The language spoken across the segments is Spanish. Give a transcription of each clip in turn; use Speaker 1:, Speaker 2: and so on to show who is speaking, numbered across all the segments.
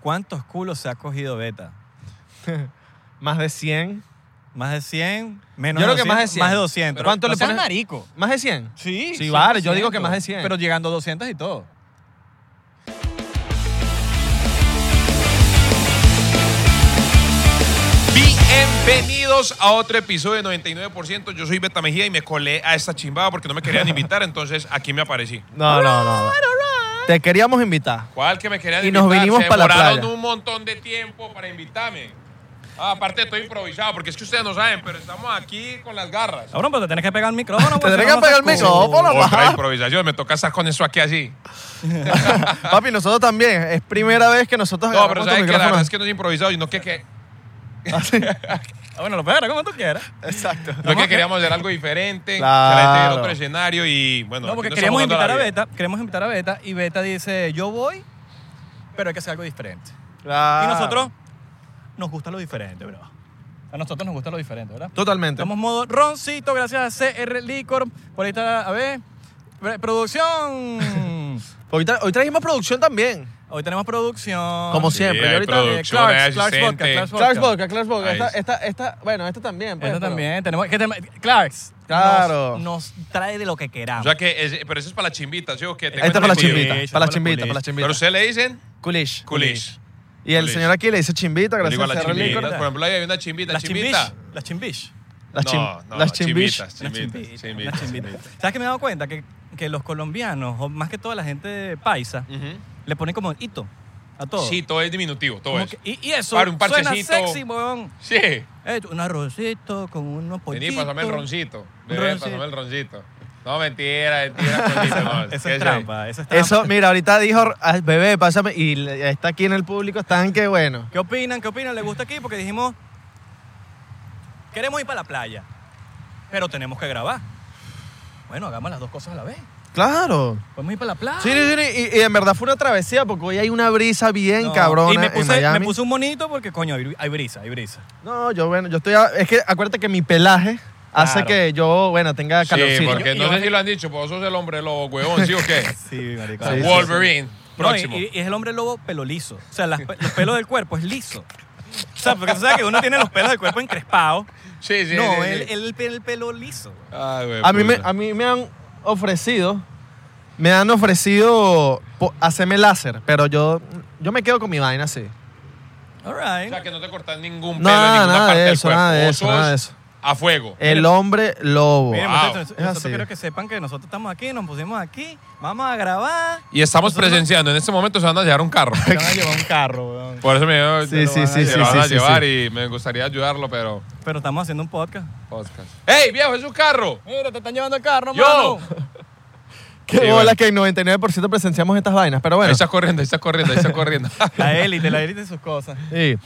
Speaker 1: ¿Cuántos culos se ha cogido Beta?
Speaker 2: Más de 100.
Speaker 1: ¿Más de 100? Menos
Speaker 2: Yo creo que más de 100.
Speaker 1: Más de 200.
Speaker 3: Pero
Speaker 2: ¿Cuánto
Speaker 3: no
Speaker 2: le
Speaker 3: seas
Speaker 2: pones?
Speaker 3: marico.
Speaker 2: ¿Más de 100?
Speaker 1: Sí.
Speaker 2: Sí, vale, yo digo
Speaker 1: 100%.
Speaker 2: que más de 100.
Speaker 1: Pero llegando a 200 y todo.
Speaker 4: Bienvenidos a otro episodio de 99%. Yo soy Beta Mejía y me colé a esta chimbada porque no me querían invitar, entonces aquí me aparecí.
Speaker 2: No, no, no. Te queríamos invitar.
Speaker 4: ¿Cuál que me querían
Speaker 2: Y
Speaker 4: invitar?
Speaker 2: nos vinimos
Speaker 4: Se
Speaker 2: pa' la
Speaker 4: demoraron
Speaker 2: playa.
Speaker 4: un montón de tiempo para invitarme. Ah, aparte estoy improvisado porque es que ustedes no saben, pero estamos aquí con las garras.
Speaker 1: Cabrón, pero te tenés que pegar el micrófono. pues,
Speaker 2: Te tenés que pegar el micrófono,
Speaker 4: Otra
Speaker 2: papá.
Speaker 4: improvisación, me toca estar con eso aquí así.
Speaker 2: Papi, nosotros también. Es primera vez que nosotros
Speaker 4: No, pero
Speaker 2: agarramos tu
Speaker 4: sabes que la
Speaker 2: micrófono.
Speaker 4: verdad es que no es improvisado, sino que, que,
Speaker 1: Ah, bueno, lo pegas como tú quieras.
Speaker 2: Exacto.
Speaker 4: no es que queríamos hacer algo diferente,
Speaker 2: Claro.
Speaker 4: diferente del otro escenario y bueno.
Speaker 1: No,
Speaker 4: aquí
Speaker 1: porque
Speaker 4: no
Speaker 1: queríamos
Speaker 4: estamos dando la
Speaker 1: invitar a
Speaker 4: vida.
Speaker 1: Beta, queremos invitar a Beta y Beta dice, yo voy, pero hay que hacer algo diferente.
Speaker 2: Claro.
Speaker 1: Y nosotros nos gusta lo diferente, bro. A nosotros nos gusta lo diferente, ¿verdad?
Speaker 2: Totalmente.
Speaker 1: Estamos modo roncito, gracias a CR Licor. Por ahí está, a ver, pre- producción.
Speaker 2: Hoy, tra- hoy trajimos producción también.
Speaker 1: Hoy tenemos producción.
Speaker 2: Como
Speaker 4: Sí,
Speaker 2: siempre, yo
Speaker 4: hay
Speaker 2: ahorita-
Speaker 1: Eh,
Speaker 4: producción, hay
Speaker 1: Clarks, Clarks Vodka,
Speaker 4: asistente.
Speaker 1: Clarks Vodka.
Speaker 2: Clarks Vodka, Clarks Vodka.
Speaker 4: Ahí.
Speaker 2: Esta, esta, esta, bueno, esta también. pues,
Speaker 1: Esta
Speaker 2: pero-
Speaker 1: también tenemos. ¿qué tema? Clarks.
Speaker 2: Claro.
Speaker 1: Nos, nos trae de lo que
Speaker 4: O
Speaker 1: queramos.
Speaker 4: sea que, es- pero eso es para la chimbita, ¿sí? ¿O qué? Tengo
Speaker 2: Esta es para la
Speaker 4: entendido.
Speaker 2: chimbita,
Speaker 1: Sí,
Speaker 2: para la
Speaker 1: para
Speaker 2: chimbita, para la
Speaker 1: culish.
Speaker 2: chimbita.
Speaker 4: Pero ustedes le dicen
Speaker 2: Kulish.
Speaker 4: culish.
Speaker 2: Y el
Speaker 4: Kulish.
Speaker 2: señor aquí le dice chimbita,
Speaker 4: Yo
Speaker 2: gracias
Speaker 4: digo a la
Speaker 2: a Serra
Speaker 4: chimbita.
Speaker 2: Licor.
Speaker 4: Por ejemplo, ahí hay una chimbita.
Speaker 1: las
Speaker 4: chimbita.
Speaker 1: chimbich. Las chimbich.
Speaker 2: Las
Speaker 4: no,
Speaker 2: chim-
Speaker 4: no,
Speaker 2: las chimbish.
Speaker 4: chimbitas,
Speaker 1: Una
Speaker 4: chimbitas,
Speaker 1: chimbita, una
Speaker 4: chimbitas.
Speaker 1: chimbita. ¿Sabes qué me he dado cuenta? Que, que los colombianos, o más que todo la gente de paisa,
Speaker 4: Ujú.
Speaker 1: le ponen como hito a todo.
Speaker 4: Sí, todo es diminutivo, todo
Speaker 1: Como
Speaker 4: es.
Speaker 1: que- y, y eso
Speaker 4: Para un
Speaker 1: suena
Speaker 4: parchecito.
Speaker 1: sexy, weón.
Speaker 4: Sí.
Speaker 1: Eh, un arrocito con unos pollitos.
Speaker 4: Vení, pásame el roncito. Bebé,
Speaker 1: roncito.
Speaker 4: pásame el roncito. No, mentira, mentira. coñito, no.
Speaker 1: Ah, Eso
Speaker 4: Ah, ¿Qué
Speaker 1: es
Speaker 4: sé?
Speaker 1: trampa, eso es trampa.
Speaker 2: Eso, mira, ahorita dijo, "Ah, bebé, pásame. Y le- está aquí en el público, están que bueno.
Speaker 1: ¿Qué opinan? ¿Qué opinan? ¿Les gusta aquí? Porque dijimos, queremos ir para la playa, pero tenemos que grabar. Bueno, hagamos las dos cosas a la vez.
Speaker 2: Claro.
Speaker 1: Podemos ir para la playa.
Speaker 2: Sí, sí, sí. Y, y en verdad fue una travesía porque hoy hay una brisa bien
Speaker 1: No,
Speaker 2: cabrona
Speaker 1: Y me
Speaker 2: en
Speaker 1: puse,
Speaker 2: Miami.
Speaker 1: me puse un monito porque, coño, hay hay brisa, hay brisa.
Speaker 2: No, yo bueno, yo estoy... a- es que acuérdate que mi pelaje hace
Speaker 1: Claro.
Speaker 2: que yo, bueno, tenga calorcito.
Speaker 4: Sí, porque
Speaker 1: Y- y
Speaker 4: no
Speaker 1: vas-
Speaker 4: sé si lo han dicho, vos sos el hombre lobo, huevón, ¿sí o qué?
Speaker 1: Sí, marico.
Speaker 2: Sí, sí,
Speaker 4: Wolverine,
Speaker 1: No, y,
Speaker 4: próximo.
Speaker 1: y- y es el hombre lobo pelo liso. O sea, las pe- los pelos del cuerpo es liso. O sea, porque tú sabes que uno tiene los pelos del cuerpo encrespados.
Speaker 4: Sí, sí,
Speaker 1: no,
Speaker 4: sí,
Speaker 1: él,
Speaker 4: sí.
Speaker 1: él tiene el pelo liso.
Speaker 4: Ay, güey,
Speaker 2: A mí, me,
Speaker 4: puta.
Speaker 2: a mí me han ofrecido, me han ofrecido po- hacerme láser, pero yo, yo me quedo con mi vaina así.
Speaker 1: All
Speaker 4: O
Speaker 1: right.
Speaker 4: sea, que no te cortan ningún pelo en
Speaker 2: Nada,
Speaker 4: ninguna
Speaker 2: nada
Speaker 4: parte
Speaker 2: de
Speaker 4: del
Speaker 2: eso,
Speaker 4: cuerpo.
Speaker 2: nada de
Speaker 4: Vos
Speaker 2: eso, nada de
Speaker 4: sos
Speaker 2: eso.
Speaker 4: A fuego.
Speaker 2: El hombre lobo.
Speaker 1: Miren,
Speaker 4: Wow.
Speaker 1: muchachos,
Speaker 2: Es
Speaker 1: nosotros
Speaker 2: así.
Speaker 1: quiero que sepan que nosotros estamos aquí, nos pusimos aquí, vamos a grabar.
Speaker 4: Y estamos presenciando. En este momento se van a llevar un carro.
Speaker 1: Te van a llevar un carro, weón.
Speaker 4: Por eso me dio-
Speaker 2: Sí, sí, sí,
Speaker 4: se
Speaker 2: sí,
Speaker 4: lo van
Speaker 2: sí,
Speaker 4: a
Speaker 2: sí,
Speaker 4: llevar
Speaker 2: sí.
Speaker 4: y me gustaría ayudarlo, pero
Speaker 1: Pero estamos haciendo un podcast.
Speaker 4: podcast. ¡Ey, viejo, es un carro!
Speaker 1: Mira, te están llevando el carro,
Speaker 4: ¡Yo!
Speaker 2: Ah, Qué
Speaker 4: Sí,
Speaker 2: bola
Speaker 4: bueno.
Speaker 2: que el 99% presenciamos estas vainas, pero
Speaker 4: Ahí
Speaker 2: bueno.
Speaker 4: está corriendo, ahí está corriendo, ahí está corriendo.
Speaker 1: La élite, la élite y sus cosas.
Speaker 2: Sí.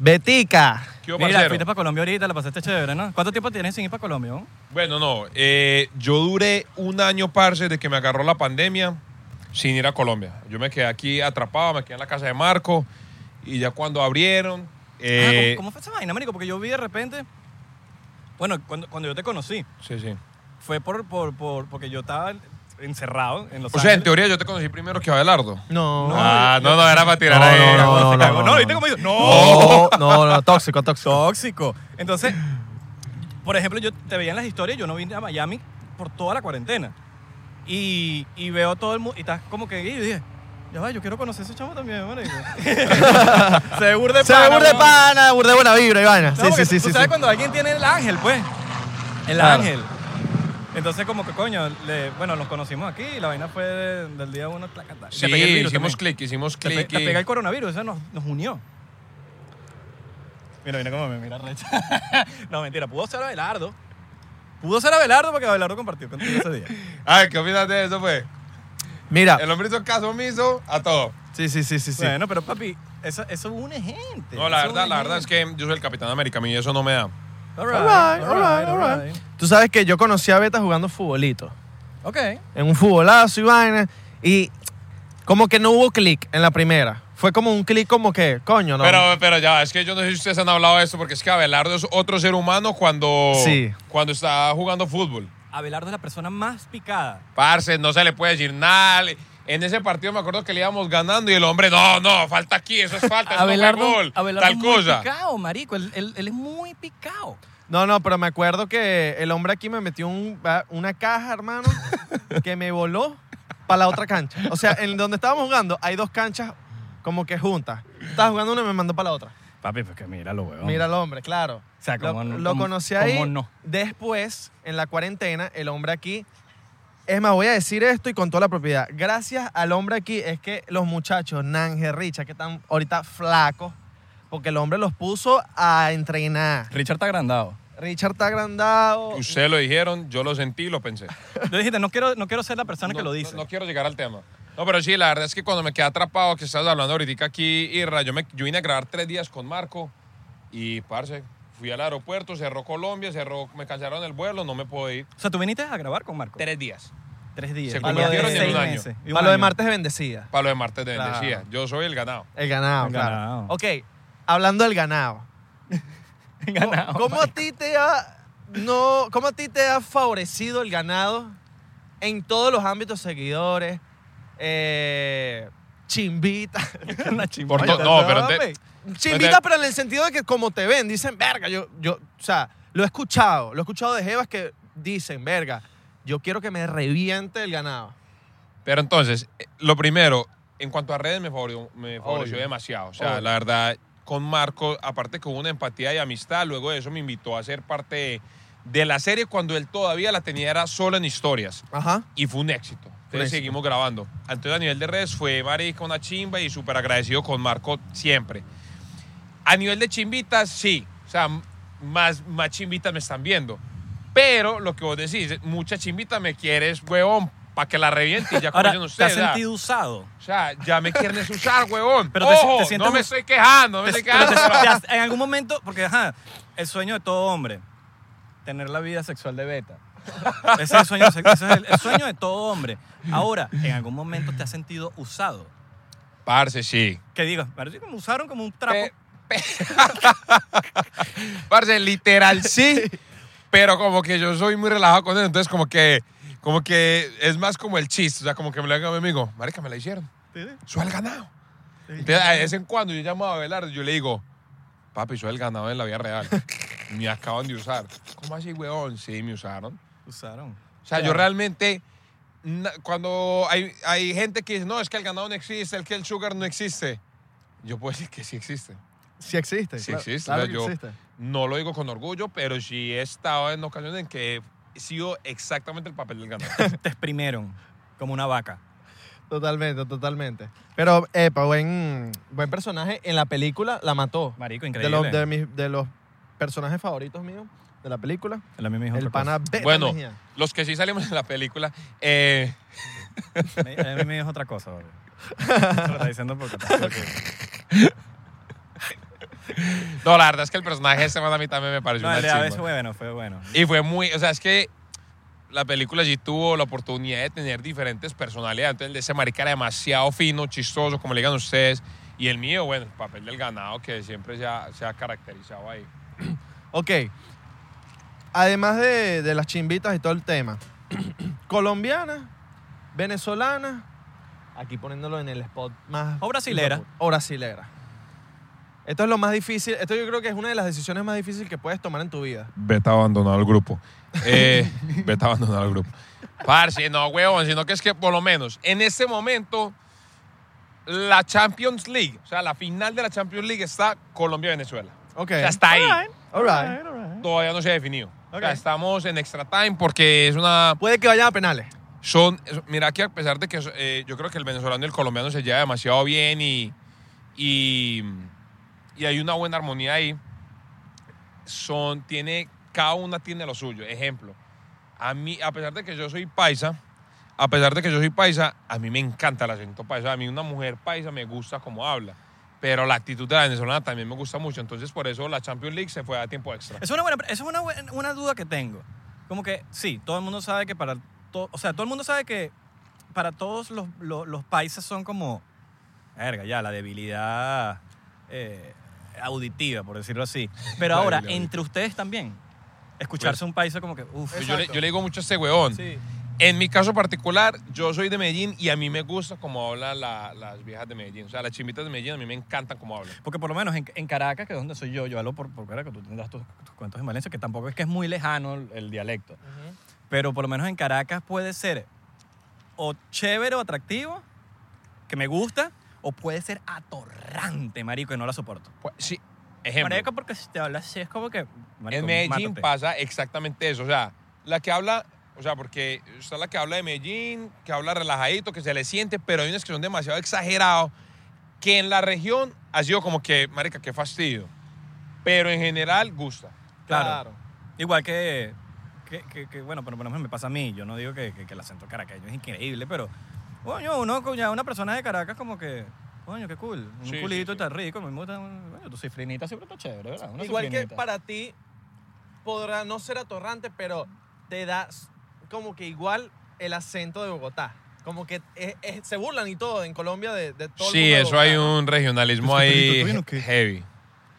Speaker 2: Betica.
Speaker 4: ¿Qué hubo,
Speaker 1: Mira,
Speaker 4: parcero?
Speaker 1: fuiste para Colombia ahorita, la pasaste chévere, ¿no? ¿Cuánto tiempo tienes sin ir para Colombia? weón? Ah,
Speaker 4: Bueno, no. eh, yo duré un año, parce, de que me agarró la pandemia sin ir a Colombia. Yo me quedé aquí atrapado, me quedé en la casa de Marco. Y ya cuando abrieron...
Speaker 1: Ah,
Speaker 4: eh,
Speaker 1: ¿cómo, cómo fue esa vaina, marico? Porque yo vi de repente... Bueno, cuando, cuando yo te conocí,
Speaker 4: Sí, sí.
Speaker 1: fue por, por, por- porque yo estaba encerrado en los
Speaker 4: O sea, en
Speaker 1: Ángeles.
Speaker 4: teoría yo te conocí primero que a Abelardo.
Speaker 2: No.
Speaker 4: ah, no, no, era para tirar
Speaker 2: No,
Speaker 4: ahí.
Speaker 2: no, no,
Speaker 1: Se cagó.
Speaker 2: no,
Speaker 1: No,
Speaker 2: no,
Speaker 1: ¿viste
Speaker 2: no.
Speaker 1: cómo dice? ¡No!
Speaker 2: No, no, no, tóxico, tóxico.
Speaker 1: Tóxico. Entonces, por ejemplo, yo te veía en las historias, yo no vine a Miami por toda la cuarentena. Y, y veo todo el mundo, y estás como que, y yo dije, ya va, yo quiero conocer a ese chavo también, marico. Seguro de
Speaker 2: Se
Speaker 1: pana,
Speaker 2: ve burde
Speaker 1: weón.
Speaker 2: pana, burde buena vibra y vaina.
Speaker 1: No,
Speaker 2: Sí,
Speaker 1: porque
Speaker 2: sí, sí,
Speaker 1: tú
Speaker 2: sí.
Speaker 1: sabes
Speaker 2: sí.
Speaker 1: cuando alguien tiene el ángel, pues. El
Speaker 2: Claro.
Speaker 1: ángel. Entonces, como que coño, le- bueno, nos conocimos aquí y la vaina fue de- del día uno. tlaca, tlaca.
Speaker 4: Sí,
Speaker 1: Te pegué el virus
Speaker 4: hicimos
Speaker 1: también.
Speaker 4: clic, hicimos
Speaker 1: Te pe-
Speaker 4: clic.
Speaker 1: Te
Speaker 4: y-
Speaker 1: pega el coronavirus, eso nos, nos unió. Mira, mira cómo me mira recha. no, mentira, pudo ser Abelardo. Pudo ser Abelardo porque Abelardo compartió contigo ese día.
Speaker 4: Ay, ¿qué opinas de eso, pues?
Speaker 1: Ah.
Speaker 2: Mira.
Speaker 4: El hombre hizo caso omiso a todo.
Speaker 2: Sí, sí, sí, sí, sí.
Speaker 1: Bueno, pero papi, eso, eso une gente.
Speaker 4: No, la
Speaker 1: eso
Speaker 4: verdad,
Speaker 1: une
Speaker 4: la verdad es
Speaker 1: gente.
Speaker 4: que yo soy el Capitán América, a mí eso no me da.
Speaker 1: All
Speaker 2: All right, all right, all right. Tú sabes que yo conocí a Beta jugando futbolito.
Speaker 1: Ok.
Speaker 2: En un futbolazo y vaina. Y como que no hubo clic en la primera. Fue como un clic como que, coño, no.
Speaker 4: Pero, pero ya, es que yo no sé si ustedes han hablado de esto, porque es que Abelardo es otro ser humano cuando,
Speaker 2: Sí.
Speaker 4: cuando está jugando fútbol.
Speaker 1: Abelardo es la persona más picada.
Speaker 4: Parce, no se le puede decir nada. le- En ese partido me acuerdo que le íbamos ganando y el hombre, no, no, falta aquí, eso es falta, eso no
Speaker 1: Abelardo,
Speaker 4: fue gol,
Speaker 1: Abelardo
Speaker 4: tal
Speaker 1: es
Speaker 4: cosa.
Speaker 1: muy picado, marico. Él, él- él es muy picado.
Speaker 2: No, no, pero me acuerdo que el hombre aquí me metió un- va- una caja, hermano, que me voló para la otra cancha. O sea, en donde estábamos jugando hay dos canchas como que juntas. Estaba jugando una y me mandó para la otra.
Speaker 1: Papi, pues que míralo, weón.
Speaker 2: Mira al hombre, claro.
Speaker 1: O sea,
Speaker 2: Lo,
Speaker 1: cómo no-
Speaker 2: lo
Speaker 1: cómo-
Speaker 2: conocí ahí.
Speaker 1: cómo no.
Speaker 2: Después, en la cuarentena, el hombre aquí. Es más, voy a decir esto y con toda la propiedad. Gracias al hombre aquí es que los muchachos, Nange, Richard, que están ahorita flacos, porque el hombre los puso a entrenar.
Speaker 1: Richard está agrandado.
Speaker 2: Richard está agrandado.
Speaker 4: Ustedes lo dijeron, yo lo sentí y lo pensé.
Speaker 1: Yo dijiste, no quiero, no quiero ser la persona que
Speaker 4: No,
Speaker 1: lo dice.
Speaker 4: No, no quiero llegar al tema. No, pero sí, la verdad es que cuando me quedé atrapado, que estás hablando ahorita aquí, Irra, yo, me, yo vine a grabar tres días con Marco y, parce, fui al aeropuerto, cerró Colombia, cerró, me cancelaron el vuelo, no me puedo ir.
Speaker 1: O sea, tú viniste a grabar con Marco.
Speaker 4: Tres días.
Speaker 1: Tres días.
Speaker 4: Se
Speaker 1: Y
Speaker 2: Para lo de,
Speaker 4: convirtieron en
Speaker 2: seis
Speaker 4: un año.
Speaker 2: meses.
Speaker 1: Y un
Speaker 2: Para lo de
Speaker 1: año.
Speaker 2: martes bendecida.
Speaker 4: Para lo de martes de
Speaker 2: Claro.
Speaker 4: bendecida. Yo soy el ganado.
Speaker 2: El ganado,
Speaker 1: El
Speaker 2: claro.
Speaker 1: ganado.
Speaker 2: Ok, hablando del ganado.
Speaker 4: Oh
Speaker 1: Ganado.
Speaker 2: ¿Cómo a ti te ha no, cómo a ti te ha favorecido el ganado en todos los ámbitos seguidores? Eh, chimbita.
Speaker 1: Una chimba.
Speaker 4: Por to- no, pero te-
Speaker 2: Chimbita, pero en el sentido de que como te ven, dicen, verga, yo, yo, o sea, lo he escuchado, lo he escuchado de Jevas que dicen, verga, yo quiero que me reviente el ganado.
Speaker 4: Pero entonces, eh, lo primero, en cuanto a redes me favoreció, me favoreció
Speaker 2: Obvio.
Speaker 4: demasiado. O sea,
Speaker 2: Obvio.
Speaker 4: la verdad, con Marco, aparte que hubo una empatía y amistad, luego de eso me invitó a ser parte de la serie cuando él todavía la tenía, era solo en historias.
Speaker 2: Ajá.
Speaker 4: Y fue un éxito. Entonces
Speaker 2: éxito.
Speaker 4: seguimos grabando. Entonces a nivel de redes fue marica una chimba y súper agradecido con Marco siempre. A nivel de chimbitas, sí. O sea, m- más, más chimbitas me están viendo. Pero lo que vos decís, mucha chimbita me quieres, huevón, para que la reviente y ya
Speaker 1: Ahora,
Speaker 4: conocen
Speaker 1: te has
Speaker 4: ustedes. ¿verdad?
Speaker 1: sentido usado.
Speaker 4: O sea, ya me quieren usar, huevón.
Speaker 1: Pero te-
Speaker 4: Ojo,
Speaker 1: te sientes
Speaker 4: no me
Speaker 1: un-
Speaker 4: estoy quejando, no me
Speaker 1: Te-
Speaker 4: estoy
Speaker 1: pero
Speaker 4: quejando.
Speaker 1: te-
Speaker 4: pero-
Speaker 1: te has- en algún momento, porque ajá, el sueño de todo hombre, tener la vida sexual de beta. Ese es el sueño, ese es el- el sueño de todo hombre. Ahora, en algún momento te has sentido usado.
Speaker 4: Parce, sí.
Speaker 1: Que digas, parece que me usaron como un trapo.
Speaker 4: Pe- Parce, literal, sí. pero como que yo soy muy relajado con él, entonces como que, como que es más como el chiste. O sea, como que me lo hagan a mi amigo, marica, me la hicieron. Soy el ganado. Entonces, de vez en cuando yo llamo a Abelardo y yo le digo, papi, soy el ganado en la vida real. Me acaban de usar. ¿Cómo así, huevón? Sí, me usaron.
Speaker 1: Usaron.
Speaker 4: O sea, yo
Speaker 2: Claro.
Speaker 4: realmente, na- cuando hay, hay gente que dice, no, es que el ganado no existe, el que el sugar no existe, yo puedo decir que sí existe.
Speaker 2: Sí existe.
Speaker 4: Sí
Speaker 2: claro-
Speaker 4: existe,
Speaker 2: claro
Speaker 4: o sea,
Speaker 2: que
Speaker 4: yo-
Speaker 2: existe.
Speaker 4: No lo digo con orgullo, pero sí he estado en ocasiones en que he sido exactamente el papel del ganado.
Speaker 1: Te exprimieron como una vaca.
Speaker 2: Totalmente, totalmente. Pero, epa, buen, buen personaje. En la película la mató.
Speaker 1: Marico,
Speaker 2: De
Speaker 1: increíble.
Speaker 2: los, de, mis, de los personajes favoritos míos de la película.
Speaker 1: Él a mí me dijo
Speaker 2: el
Speaker 1: otra
Speaker 2: pana
Speaker 1: cosa.
Speaker 2: Beta
Speaker 4: Bueno.
Speaker 2: Mejía.
Speaker 4: Los que sí salimos en la película, eh,
Speaker 1: Me- A mí me dijo otra cosa. bro. Te lo está diciendo porque... porque-
Speaker 4: no, la verdad es que el personaje de este man a mí también me pareció
Speaker 1: No,
Speaker 4: una
Speaker 1: el de a
Speaker 4: chimba.
Speaker 1: veces bueno, fue bueno.
Speaker 4: Y fue muy, o sea, es que la película allí tuvo la oportunidad de tener diferentes personalidades. Entonces, el de ese marica era demasiado fino, chistoso, como le digan ustedes. Y el mío, bueno, el papel del ganado que siempre se ha, se ha caracterizado ahí.
Speaker 2: Ok. Además de, de las chimbitas y todo el tema. colombiana, venezolana. Aquí poniéndolo en el spot más.
Speaker 1: O brasilera.
Speaker 2: O brasilera. Esto es lo más difícil. Esto yo creo que es una de las decisiones más difíciles que puedes tomar en tu vida.
Speaker 4: Vete abandonado al grupo. Eh, vete abandonado al grupo. Parce, no, huevón, sino que es que por lo menos en este momento la Champions League, o sea, la final de la Champions League está Colombia-Venezuela.
Speaker 2: Ok.
Speaker 4: O sea, está ahí.
Speaker 2: All right.
Speaker 4: Todavía no se ha definido. O sea,
Speaker 1: Ok.
Speaker 4: estamos en extra time porque es una
Speaker 2: Puede que vayan a penales.
Speaker 4: son, es- mira que a pesar de que eh, yo creo que el venezolano y el colombiano se llevan demasiado bien y, y, y hay una buena armonía ahí, son, tiene, cada una tiene lo suyo. Ejemplo, a mí, a pesar de que yo soy paisa, a pesar de que yo soy paisa, a mí me encanta el acento paisa. A mí una mujer paisa me gusta cómo habla. Pero la actitud de la venezolana también me gusta mucho. Entonces, por eso la Champions League se fue a tiempo extra.
Speaker 1: Eso es una buena, eso es una, buen- una duda que tengo. Como que sí, todo el mundo sabe que para to- o sea, todo el mundo sabe que para todos los, los, los países son como verga, ya la debilidad eh, auditiva, por decirlo así. Pero
Speaker 4: La
Speaker 1: ahora
Speaker 4: debilidad Pues
Speaker 1: entre ustedes también escucharse un país es como que uff.
Speaker 4: Yo le, yo le digo mucho a este huevón.
Speaker 1: Sí.
Speaker 4: En mi caso particular, yo soy de Medellín y a mí me gusta cómo hablan la- las viejas de Medellín. O sea, las chimitas de Medellín a mí me encantan cómo hablan.
Speaker 1: Porque por lo menos en, en Caracas, que es donde soy yo, yo hablo por, por Caracas, tú tendrás tus, tus cuentos en Valencia, que tampoco es que es muy lejano el, el dialecto. Pero por lo menos en Caracas puede ser o chévere o atractivo, que me gusta, o puede ser atorrante, marico, que no la soporto.
Speaker 4: Pues, sí, ejemplo.
Speaker 1: Marico, porque si te hablas así es como que... marico,
Speaker 4: en Medellín
Speaker 1: pues, mátate.
Speaker 4: pasa exactamente eso. O sea, la que habla, o sea, porque está la que habla de Medellín, que habla relajadito, que se le siente, pero hay unas que son demasiado exagerados, que en la región ha sido como que, marica, qué fastidio. Pero en general gusta.
Speaker 1: Claro. Igual que, que, que- que, bueno, pero por lo menos me pasa a mí. Yo no digo que, que- que el acento caraqueño es increíble, pero, coño, uno, coño, una persona de Caracas como que, coño, qué cool. Un
Speaker 4: Sí, sí,
Speaker 1: culito
Speaker 4: sí.
Speaker 1: está rico, me gusta. un- Coño, tu cifrinita siempre está chévere, ¿verdad? Una
Speaker 2: Igual que
Speaker 1: cifrinita.
Speaker 2: para ti podrá no ser atorrante, pero te da s- como que igual el acento de Bogotá. Como que es- es- se burlan y todo en Colombia de, de todo el
Speaker 4: Sí,
Speaker 2: mundo de
Speaker 4: eso hay
Speaker 2: Bogotá.
Speaker 4: un regionalismo
Speaker 1: Pues,
Speaker 4: ahí
Speaker 1: ¿tú vino o qué?
Speaker 4: heavy.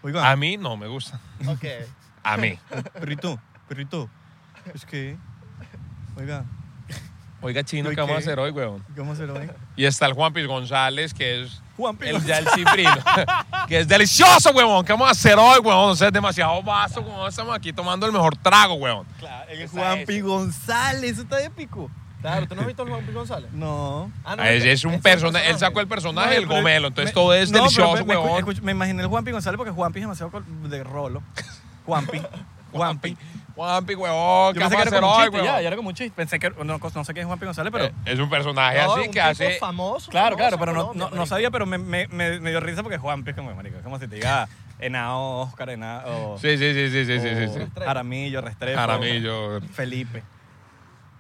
Speaker 1: Oiga,
Speaker 4: A mí no me gusta.
Speaker 2: Ok.
Speaker 4: A mí.
Speaker 1: perrito, perrito, es que, oiga,
Speaker 4: Oiga, chino,
Speaker 1: ¿Y
Speaker 4: ¿qué vamos a
Speaker 1: qué?
Speaker 4: hacer hoy, weón?
Speaker 1: ¿cómo se lo ven?
Speaker 4: Y está el Juan Piz González, que es
Speaker 1: Juan
Speaker 4: el ya el cifrino. que es delicioso, huevón. ¿Qué vamos a hacer hoy, huevón? O sea, es demasiado vaso, huevón. Estamos aquí tomando el mejor trago, huevón.
Speaker 2: Claro,
Speaker 1: Juanpi González, eso está de pico.
Speaker 2: Claro, ¿tú no has visto a Juan P. González?
Speaker 1: No.
Speaker 2: Ah,
Speaker 4: Ah, Es, es un personaje, él sacó el personaje del gomelo, entonces todo es delicioso,
Speaker 1: me,
Speaker 4: huevón.
Speaker 1: escuch- me imaginé el Juanpi González porque Juanpi es demasiado col- de rolo. Juanpi. Juanpi.
Speaker 4: Juanpi, huevón, ¿qué
Speaker 1: Yo pensé
Speaker 4: vamos a
Speaker 1: que era
Speaker 4: hacer
Speaker 1: como un
Speaker 4: hoy,
Speaker 1: chiste, ya, ya
Speaker 4: personaje
Speaker 1: era como un chiste. Pensé que, no, no sé quién es Juanpi González, pero...
Speaker 4: Es un personaje así que hace...
Speaker 2: famoso.
Speaker 1: claro,
Speaker 2: famoso
Speaker 1: claro,
Speaker 2: en
Speaker 1: pero no,
Speaker 2: Colombia,
Speaker 1: no, no
Speaker 2: marico.
Speaker 1: sabía, pero me, me, me, me dio risa porque Juanpi es como, marico, es como si te diga Henao, Oscar, Henao,
Speaker 4: Sí, sí, sí, sí, sí, sí, sí,
Speaker 1: o
Speaker 4: sí.
Speaker 1: Aramillo, Restrepo,
Speaker 4: Jaramillo.
Speaker 1: Felipe,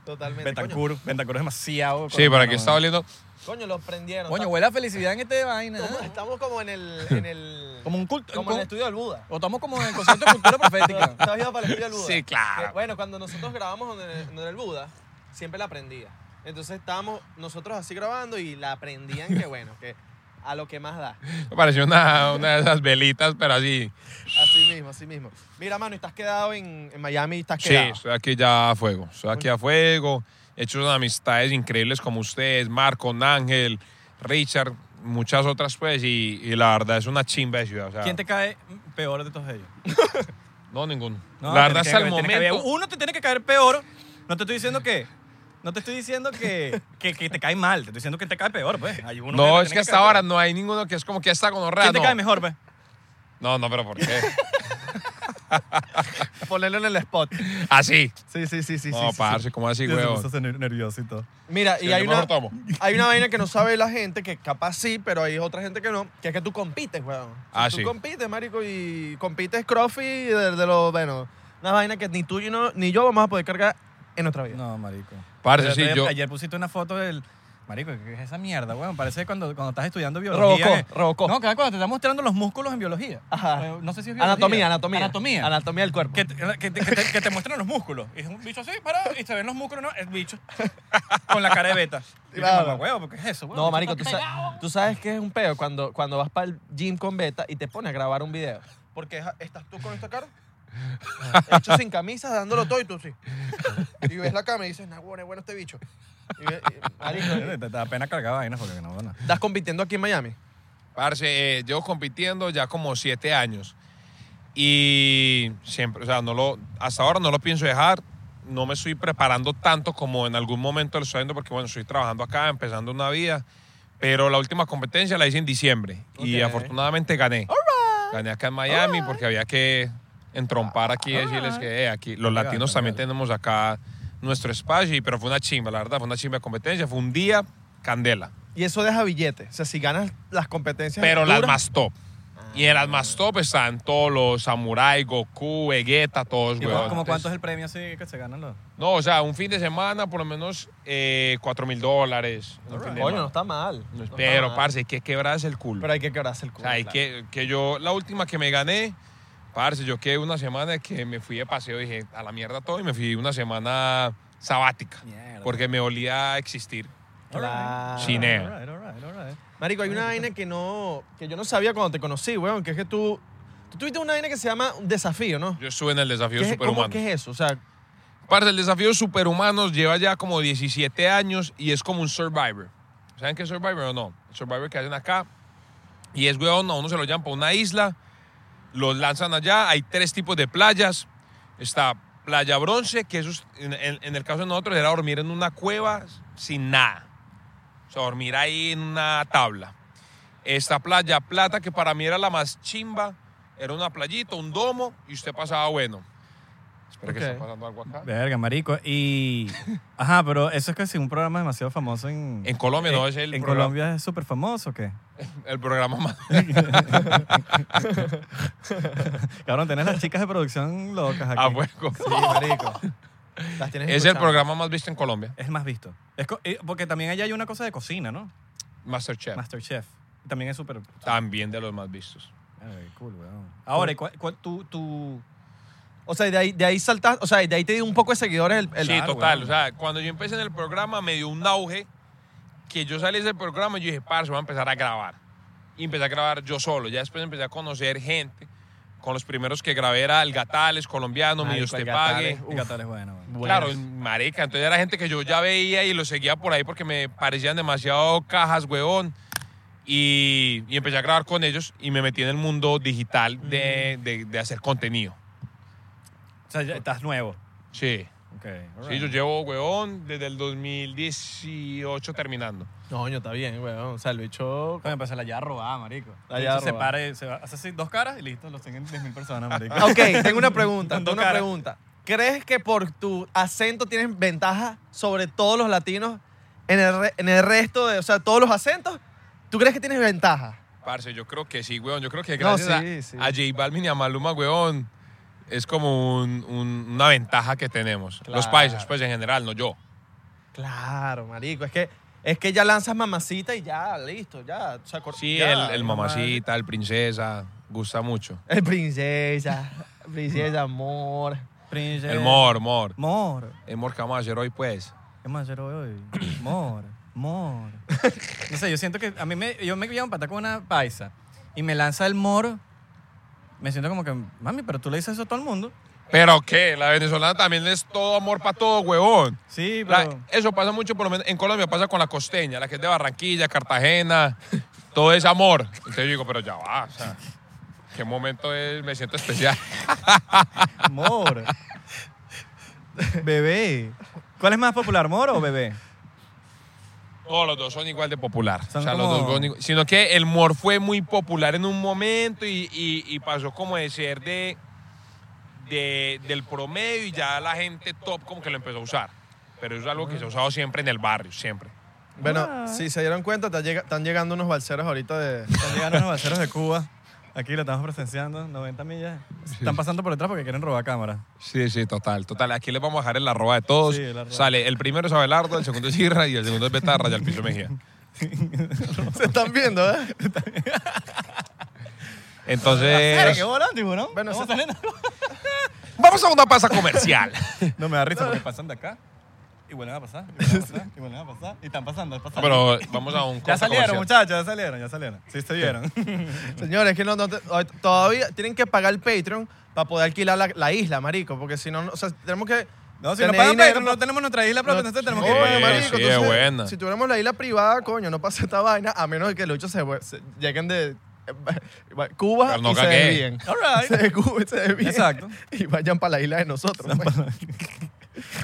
Speaker 2: Totalmente. Coño,
Speaker 1: Betancur, Betancur es demasiado...
Speaker 4: Sí, para
Speaker 1: colombiano,
Speaker 4: que está
Speaker 1: ¿no?
Speaker 4: oliendo.
Speaker 2: coño, lo prendieron.
Speaker 1: Coño, huele a felicidad en este vaina.
Speaker 2: Estamos- Estamos como en el... En el
Speaker 1: Como un culto.
Speaker 2: como en el estudio del Buda.
Speaker 1: o estamos como en el concepto de cultura profética.
Speaker 2: ¿Tú has ido para el estudio del Buda?
Speaker 4: Sí, claro.
Speaker 2: Que, bueno, cuando nosotros grabamos donde, donde era el Buda, siempre la prendía. Entonces estábamos nosotros así grabando y la prendían que bueno, que a lo que más da.
Speaker 4: Pareció una, una de esas velitas, pero así.
Speaker 2: Así mismo, así mismo. Mira, mano, y estás quedado en, en Miami, estás
Speaker 4: Sí,
Speaker 2: quedado.
Speaker 4: estoy aquí ya a fuego. Estoy aquí a fuego. He hecho unas amistades increíbles como ustedes, Marco, Ángel, Richard, muchas otras, pues. Y, y la verdad es una chimba de ciudad. o sea,
Speaker 1: ¿Quién te cae peor de todos ellos?
Speaker 4: No, ninguno.
Speaker 1: No,
Speaker 4: la verdad,
Speaker 1: tiene que
Speaker 4: hasta
Speaker 1: haber-
Speaker 4: el
Speaker 1: tiene que haber-
Speaker 4: momento.
Speaker 1: uno te tiene que caer peor. No te estoy diciendo que. No te estoy diciendo que, que, que te cae mal. Te estoy diciendo que te cae peor, pues. Hay uno
Speaker 4: No,
Speaker 1: te
Speaker 4: es
Speaker 1: tiene
Speaker 4: que hasta
Speaker 1: caer
Speaker 4: ahora
Speaker 1: peor.
Speaker 4: no hay ninguno que es como que está con horror.
Speaker 1: ¿Quién te
Speaker 4: no.
Speaker 1: cae mejor, pues?
Speaker 4: No, no, pero ¿por qué?
Speaker 2: Ponerlo en el spot.
Speaker 4: Así.
Speaker 2: Sí, sí, sí, sí.
Speaker 4: Ah, no,
Speaker 2: sí, sí,
Speaker 4: parce, ¿cómo así, weón?
Speaker 1: nervioso y todo.
Speaker 2: Mira, y hay
Speaker 4: mejor
Speaker 2: una,
Speaker 4: tomo.
Speaker 2: hay una vaina que no sabe la gente, que capaz sí, pero hay otra gente que no, que es que tú compites, weón. O sea,
Speaker 4: Ah,
Speaker 2: tú
Speaker 4: sí.
Speaker 2: compites, marico, y compites Crofi de, de los, bueno, una vaina que ni tú y no- ni yo vamos a poder cargar en nuestra vida.
Speaker 1: No, marico.
Speaker 4: Parce,
Speaker 1: Pero
Speaker 4: sí,
Speaker 1: ayer-
Speaker 4: yo.
Speaker 1: Ayer pusiste una foto del. Marico, ¿qué es esa mierda, weón? Parece cuando, cuando estás estudiando biología.
Speaker 2: Robocó,
Speaker 1: que-
Speaker 2: robocó.
Speaker 1: No, cada cuando te está mostrando los músculos en biología.
Speaker 2: Ajá.
Speaker 1: Eh, No sé si es biología.
Speaker 2: Anatomía, anatomía.
Speaker 1: Anatomía.
Speaker 2: Anatomía del cuerpo.
Speaker 1: que, te- eh, que te- que te- que te muestran los músculos. Y es un bicho así, parado, y se ven los músculos, ¿no? El bicho. Con la cara de beta.
Speaker 2: Claro.
Speaker 1: Claro. huevo, porque es eso, huevo?
Speaker 2: No,
Speaker 1: Eso
Speaker 2: marico,
Speaker 1: está
Speaker 2: tú, sa-
Speaker 1: pegado".
Speaker 2: tú sabes que es un peo cuando, cuando vas para el gym con beta y te pones a grabar un video. Porque ja- estás tú con esta cara, hecho sin camisa, dándolo todo y tú sí. Y ves la cámara y dices, nah, bueno, es bueno este bicho. Y ve- y- marico,
Speaker 1: Te- Te da pena cargar vainas porque no, bueno.
Speaker 2: estás compitiendo aquí en Miami.
Speaker 4: Parce, eh, llevo compitiendo ya como siete años. Y siempre, o sea, no lo, hasta ahora no lo pienso dejar. No me estoy preparando tanto como en algún momento lo estoy haciendo, porque bueno, estoy trabajando acá, empezando una vida. Pero la última competencia la hice en diciembre. Y
Speaker 2: Ok.
Speaker 4: afortunadamente gané. Gané acá en Miami porque había que entrompar aquí y decirles que eh, aquí los
Speaker 1: Legal,
Speaker 4: latinos también
Speaker 1: legal.
Speaker 4: tenemos acá nuestro espacio. y- Pero fue una chimba, la verdad, fue una chimba de competencia. Fue un día candela
Speaker 2: Y eso deja billetes. O sea, si ganas las competencias.
Speaker 4: pero las
Speaker 2: duras-
Speaker 4: más top. Y en las más top están todos los Samurai, Goku, Vegeta, todos,
Speaker 1: ¿Y
Speaker 4: weón.
Speaker 1: cu- como
Speaker 4: Entonces,
Speaker 1: cuánto es el premio así que se ganan los?
Speaker 4: No, o sea, un fin de semana por lo menos eh, 4 mil dólares. un
Speaker 1: Alright.
Speaker 4: fin de
Speaker 2: Coño, no
Speaker 4: semana.
Speaker 2: está mal. no está
Speaker 4: Pero,
Speaker 2: mal.
Speaker 4: parce, hay que quebrarse el culo.
Speaker 2: Pero hay que quebrarse el
Speaker 4: o
Speaker 2: culo.
Speaker 4: sea, hay
Speaker 2: claro.
Speaker 4: que, que yo, la última que me gané, parce, yo quedé una semana que me fui de paseo y dije, a la mierda todo, y me fui una semana sabática.
Speaker 1: Mierda.
Speaker 4: Porque me olía a existir.
Speaker 2: Claro.
Speaker 4: Cine.
Speaker 1: All right, all right, all right.
Speaker 2: Marico, hay una vaina que no. que yo no sabía cuando te conocí, weón, que es que tú. Tú tuviste una vaina que se llama un desafío, ¿no?
Speaker 4: Yo estuve en el desafío
Speaker 2: ¿Qué es- ¿Cómo
Speaker 4: superhumano.
Speaker 2: que es eso? O sea,
Speaker 4: Parce, el desafío Superhumanos lleva ya como 17 años y es como un Survivor. ¿Saben qué es Survivor o no? El Survivor que hacen acá. Y es, weón, no, uno se lo llaman para una isla, los lanzan allá. Hay tres tipos de playas. Está playa bronce, que eso es- en, en- en el caso de nosotros era dormir en una cueva sin nada. O sea, dormir ahí en una tabla. Esta playa plata, que para mí era la más chimba, era una playita, un domo, y usted pasaba bueno. Espera
Speaker 2: Ok.
Speaker 4: que está pasando algo acá.
Speaker 1: Verga, marico. Y. Ajá, pero eso es casi un programa demasiado famoso en.
Speaker 4: En Colombia, no, es el
Speaker 1: ¿En
Speaker 4: programa-
Speaker 1: Colombia es súper famoso o qué?
Speaker 4: El programa más.
Speaker 1: Cabrón, tenés las chicas de producción locas aquí.
Speaker 4: a hueco.
Speaker 2: Sí, marico. Las tienes
Speaker 4: Ah, Es el
Speaker 2: escuchando.
Speaker 4: programa más visto en Colombia.
Speaker 1: Es el más visto. Es co- eh, porque también allá hay una cosa de cocina, ¿no?
Speaker 4: Masterchef.
Speaker 1: Masterchef. También es súper.
Speaker 4: También de los más vistos.
Speaker 1: Ay, cool, weón. Ahora, ¿y cuál, cuál- tu, tu-
Speaker 2: O sea, y de ahí, de ahí saltas, o sea, y de ahí te dio un poco de seguidores el, el-
Speaker 4: sí,
Speaker 1: ah,
Speaker 4: total.
Speaker 1: bueno.
Speaker 4: O sea, cuando yo empecé en el programa me dio un auge que yo salí de ese programa y yo dije, parce, voy a empezar a grabar. Y empecé a grabar yo solo. Ya después empecé a conocer gente. Con los primeros que grabé era El Gatales, colombiano, Mi
Speaker 2: Marico,
Speaker 4: Dios te
Speaker 2: El
Speaker 4: pague.
Speaker 2: Gatales.
Speaker 1: el catal es bueno, weón.
Speaker 2: Buenas.
Speaker 4: Claro, marica. Entonces era gente que yo ya veía y lo seguía por ahí porque me parecían demasiado cajas, huevón. Y, y empecé a grabar con ellos y me metí en el mundo digital de, de- de hacer contenido.
Speaker 1: O sea, ya estás nuevo.
Speaker 4: Sí.
Speaker 1: Ok.
Speaker 4: Sí, yo llevo, huevón, desde el 2018 terminando.
Speaker 2: No, coño, está bien, weón. O sea, el bicho.
Speaker 1: Coño, pues se la lleva robada, marico.
Speaker 2: La
Speaker 1: De
Speaker 2: lleva
Speaker 1: hecho, se
Speaker 2: robada.
Speaker 1: para, y se va, hace así dos caras y listo, los tienen 10.000 personas, marico.
Speaker 2: Ok, tengo una pregunta.
Speaker 1: Con dos
Speaker 2: tengo una
Speaker 1: caras.
Speaker 2: pregunta. ¿Crees que por tu acento tienes ventaja sobre todos los latinos en el, re- en el resto de, o sea, todos los acentos? ¿Tú crees que tienes ventaja?
Speaker 4: Parce, yo creo que sí, huevón. Yo creo que
Speaker 2: No,
Speaker 4: gracias
Speaker 2: sí, sí.
Speaker 4: a, a J Balvin y a Maluma, huevón, es como un- un- una ventaja que tenemos. Los
Speaker 2: Claro.
Speaker 4: países, pues en general, no yo.
Speaker 2: Claro, marico. Es que, es que ya lanzas mamacita y ya, listo, ya. O sea, cor-
Speaker 4: Sí,
Speaker 2: ya,
Speaker 4: el, el
Speaker 2: no más.
Speaker 4: mamacita, el princesa, gusta mucho.
Speaker 2: El princesa. Princesa, amor.
Speaker 1: Princess.
Speaker 4: El mor, mor.
Speaker 1: Mor.
Speaker 4: El mor que vamos a hacer hoy, pues.
Speaker 1: Es más, yo lo veo hoy. Mor. Mor. No sé, yo siento que a mí me. Yo me voy a empatar con una paisa y me lanza el mor. Me siento como que, mami, pero tú le dices eso a todo el mundo.
Speaker 4: Pero qué, la venezolana también es todo amor para todo, huevón.
Speaker 1: Sí,
Speaker 4: La-
Speaker 1: pero.
Speaker 4: eso pasa mucho, por lo menos en Colombia pasa con la costeña, la que es de Barranquilla, Cartagena, todo es amor. Entonces yo digo, pero ya va, o sea, qué momento es, me siento especial.
Speaker 1: Mor. bebé. ¿Cuál es más popular, mor o bebé?
Speaker 4: Todos los dos son igual de popular.
Speaker 1: Son
Speaker 4: o sea,
Speaker 1: como-
Speaker 4: los dos son igual- Sino que el mor fue muy popular en un momento y, y- y pasó como de ser de, de- del promedio y ya la gente top como que lo empezó a usar. Pero eso es algo que se ha usado siempre en el barrio, siempre.
Speaker 2: Bueno,
Speaker 1: Ah.
Speaker 2: si se dieron cuenta, está llega- están llegando unos balseros ahorita de.
Speaker 1: Están llegando unos balseros de Cuba. Aquí lo estamos presenciando, 90 millas. Están pasando por detrás porque quieren robar cámaras.
Speaker 4: Sí, sí, total, total. Aquí les vamos a dejar el arroba de todos.
Speaker 1: Sí, el arroba.
Speaker 4: Sale, el primero es Abelardo, el segundo es Irra y el segundo es Betarra y el piso Mejía.
Speaker 2: se están viendo, ¿eh?
Speaker 1: Mira,
Speaker 4: Entonces,
Speaker 1: qué volante, tiburón.
Speaker 2: Bueno,
Speaker 1: Vamos
Speaker 2: se-
Speaker 1: a salir.
Speaker 4: vamos a una pasa comercial.
Speaker 1: No me da risa porque pasan de acá. Y vuelven a pasar, y vuelven a pasar, y vuelven a pasar. Y están pasando, pasando.
Speaker 4: Pero vamos a un
Speaker 1: ya
Speaker 4: corte
Speaker 1: salieron,
Speaker 4: comercial.
Speaker 1: muchachos, ya salieron, ya salieron. Sí, se vieron.
Speaker 2: Señores, que no, no te- hoy- todavía tienen que pagar el Patreon para poder alquilar la, la isla, marico, porque si no, no- o sea, tenemos que.
Speaker 1: No, si
Speaker 2: tener
Speaker 1: no pagan
Speaker 2: dinero
Speaker 1: Patreon, no tenemos nuestra isla propia, entonces tenemos que
Speaker 4: Sí,
Speaker 2: Oye,
Speaker 1: ir.
Speaker 2: marico,
Speaker 4: sí, es
Speaker 2: entonces,
Speaker 4: buena.
Speaker 2: Si tuviéramos la isla privada, coño, no pasa esta vaina, a menos de que los hechos se, vue- se- lleguen de eh, Cuba
Speaker 4: Pero no
Speaker 2: y se
Speaker 4: cagué.
Speaker 2: desvíen.
Speaker 1: All right.
Speaker 2: Se de Cuba y se desvíen.
Speaker 1: Exacto.
Speaker 2: Y vayan para la isla de nosotros. pues.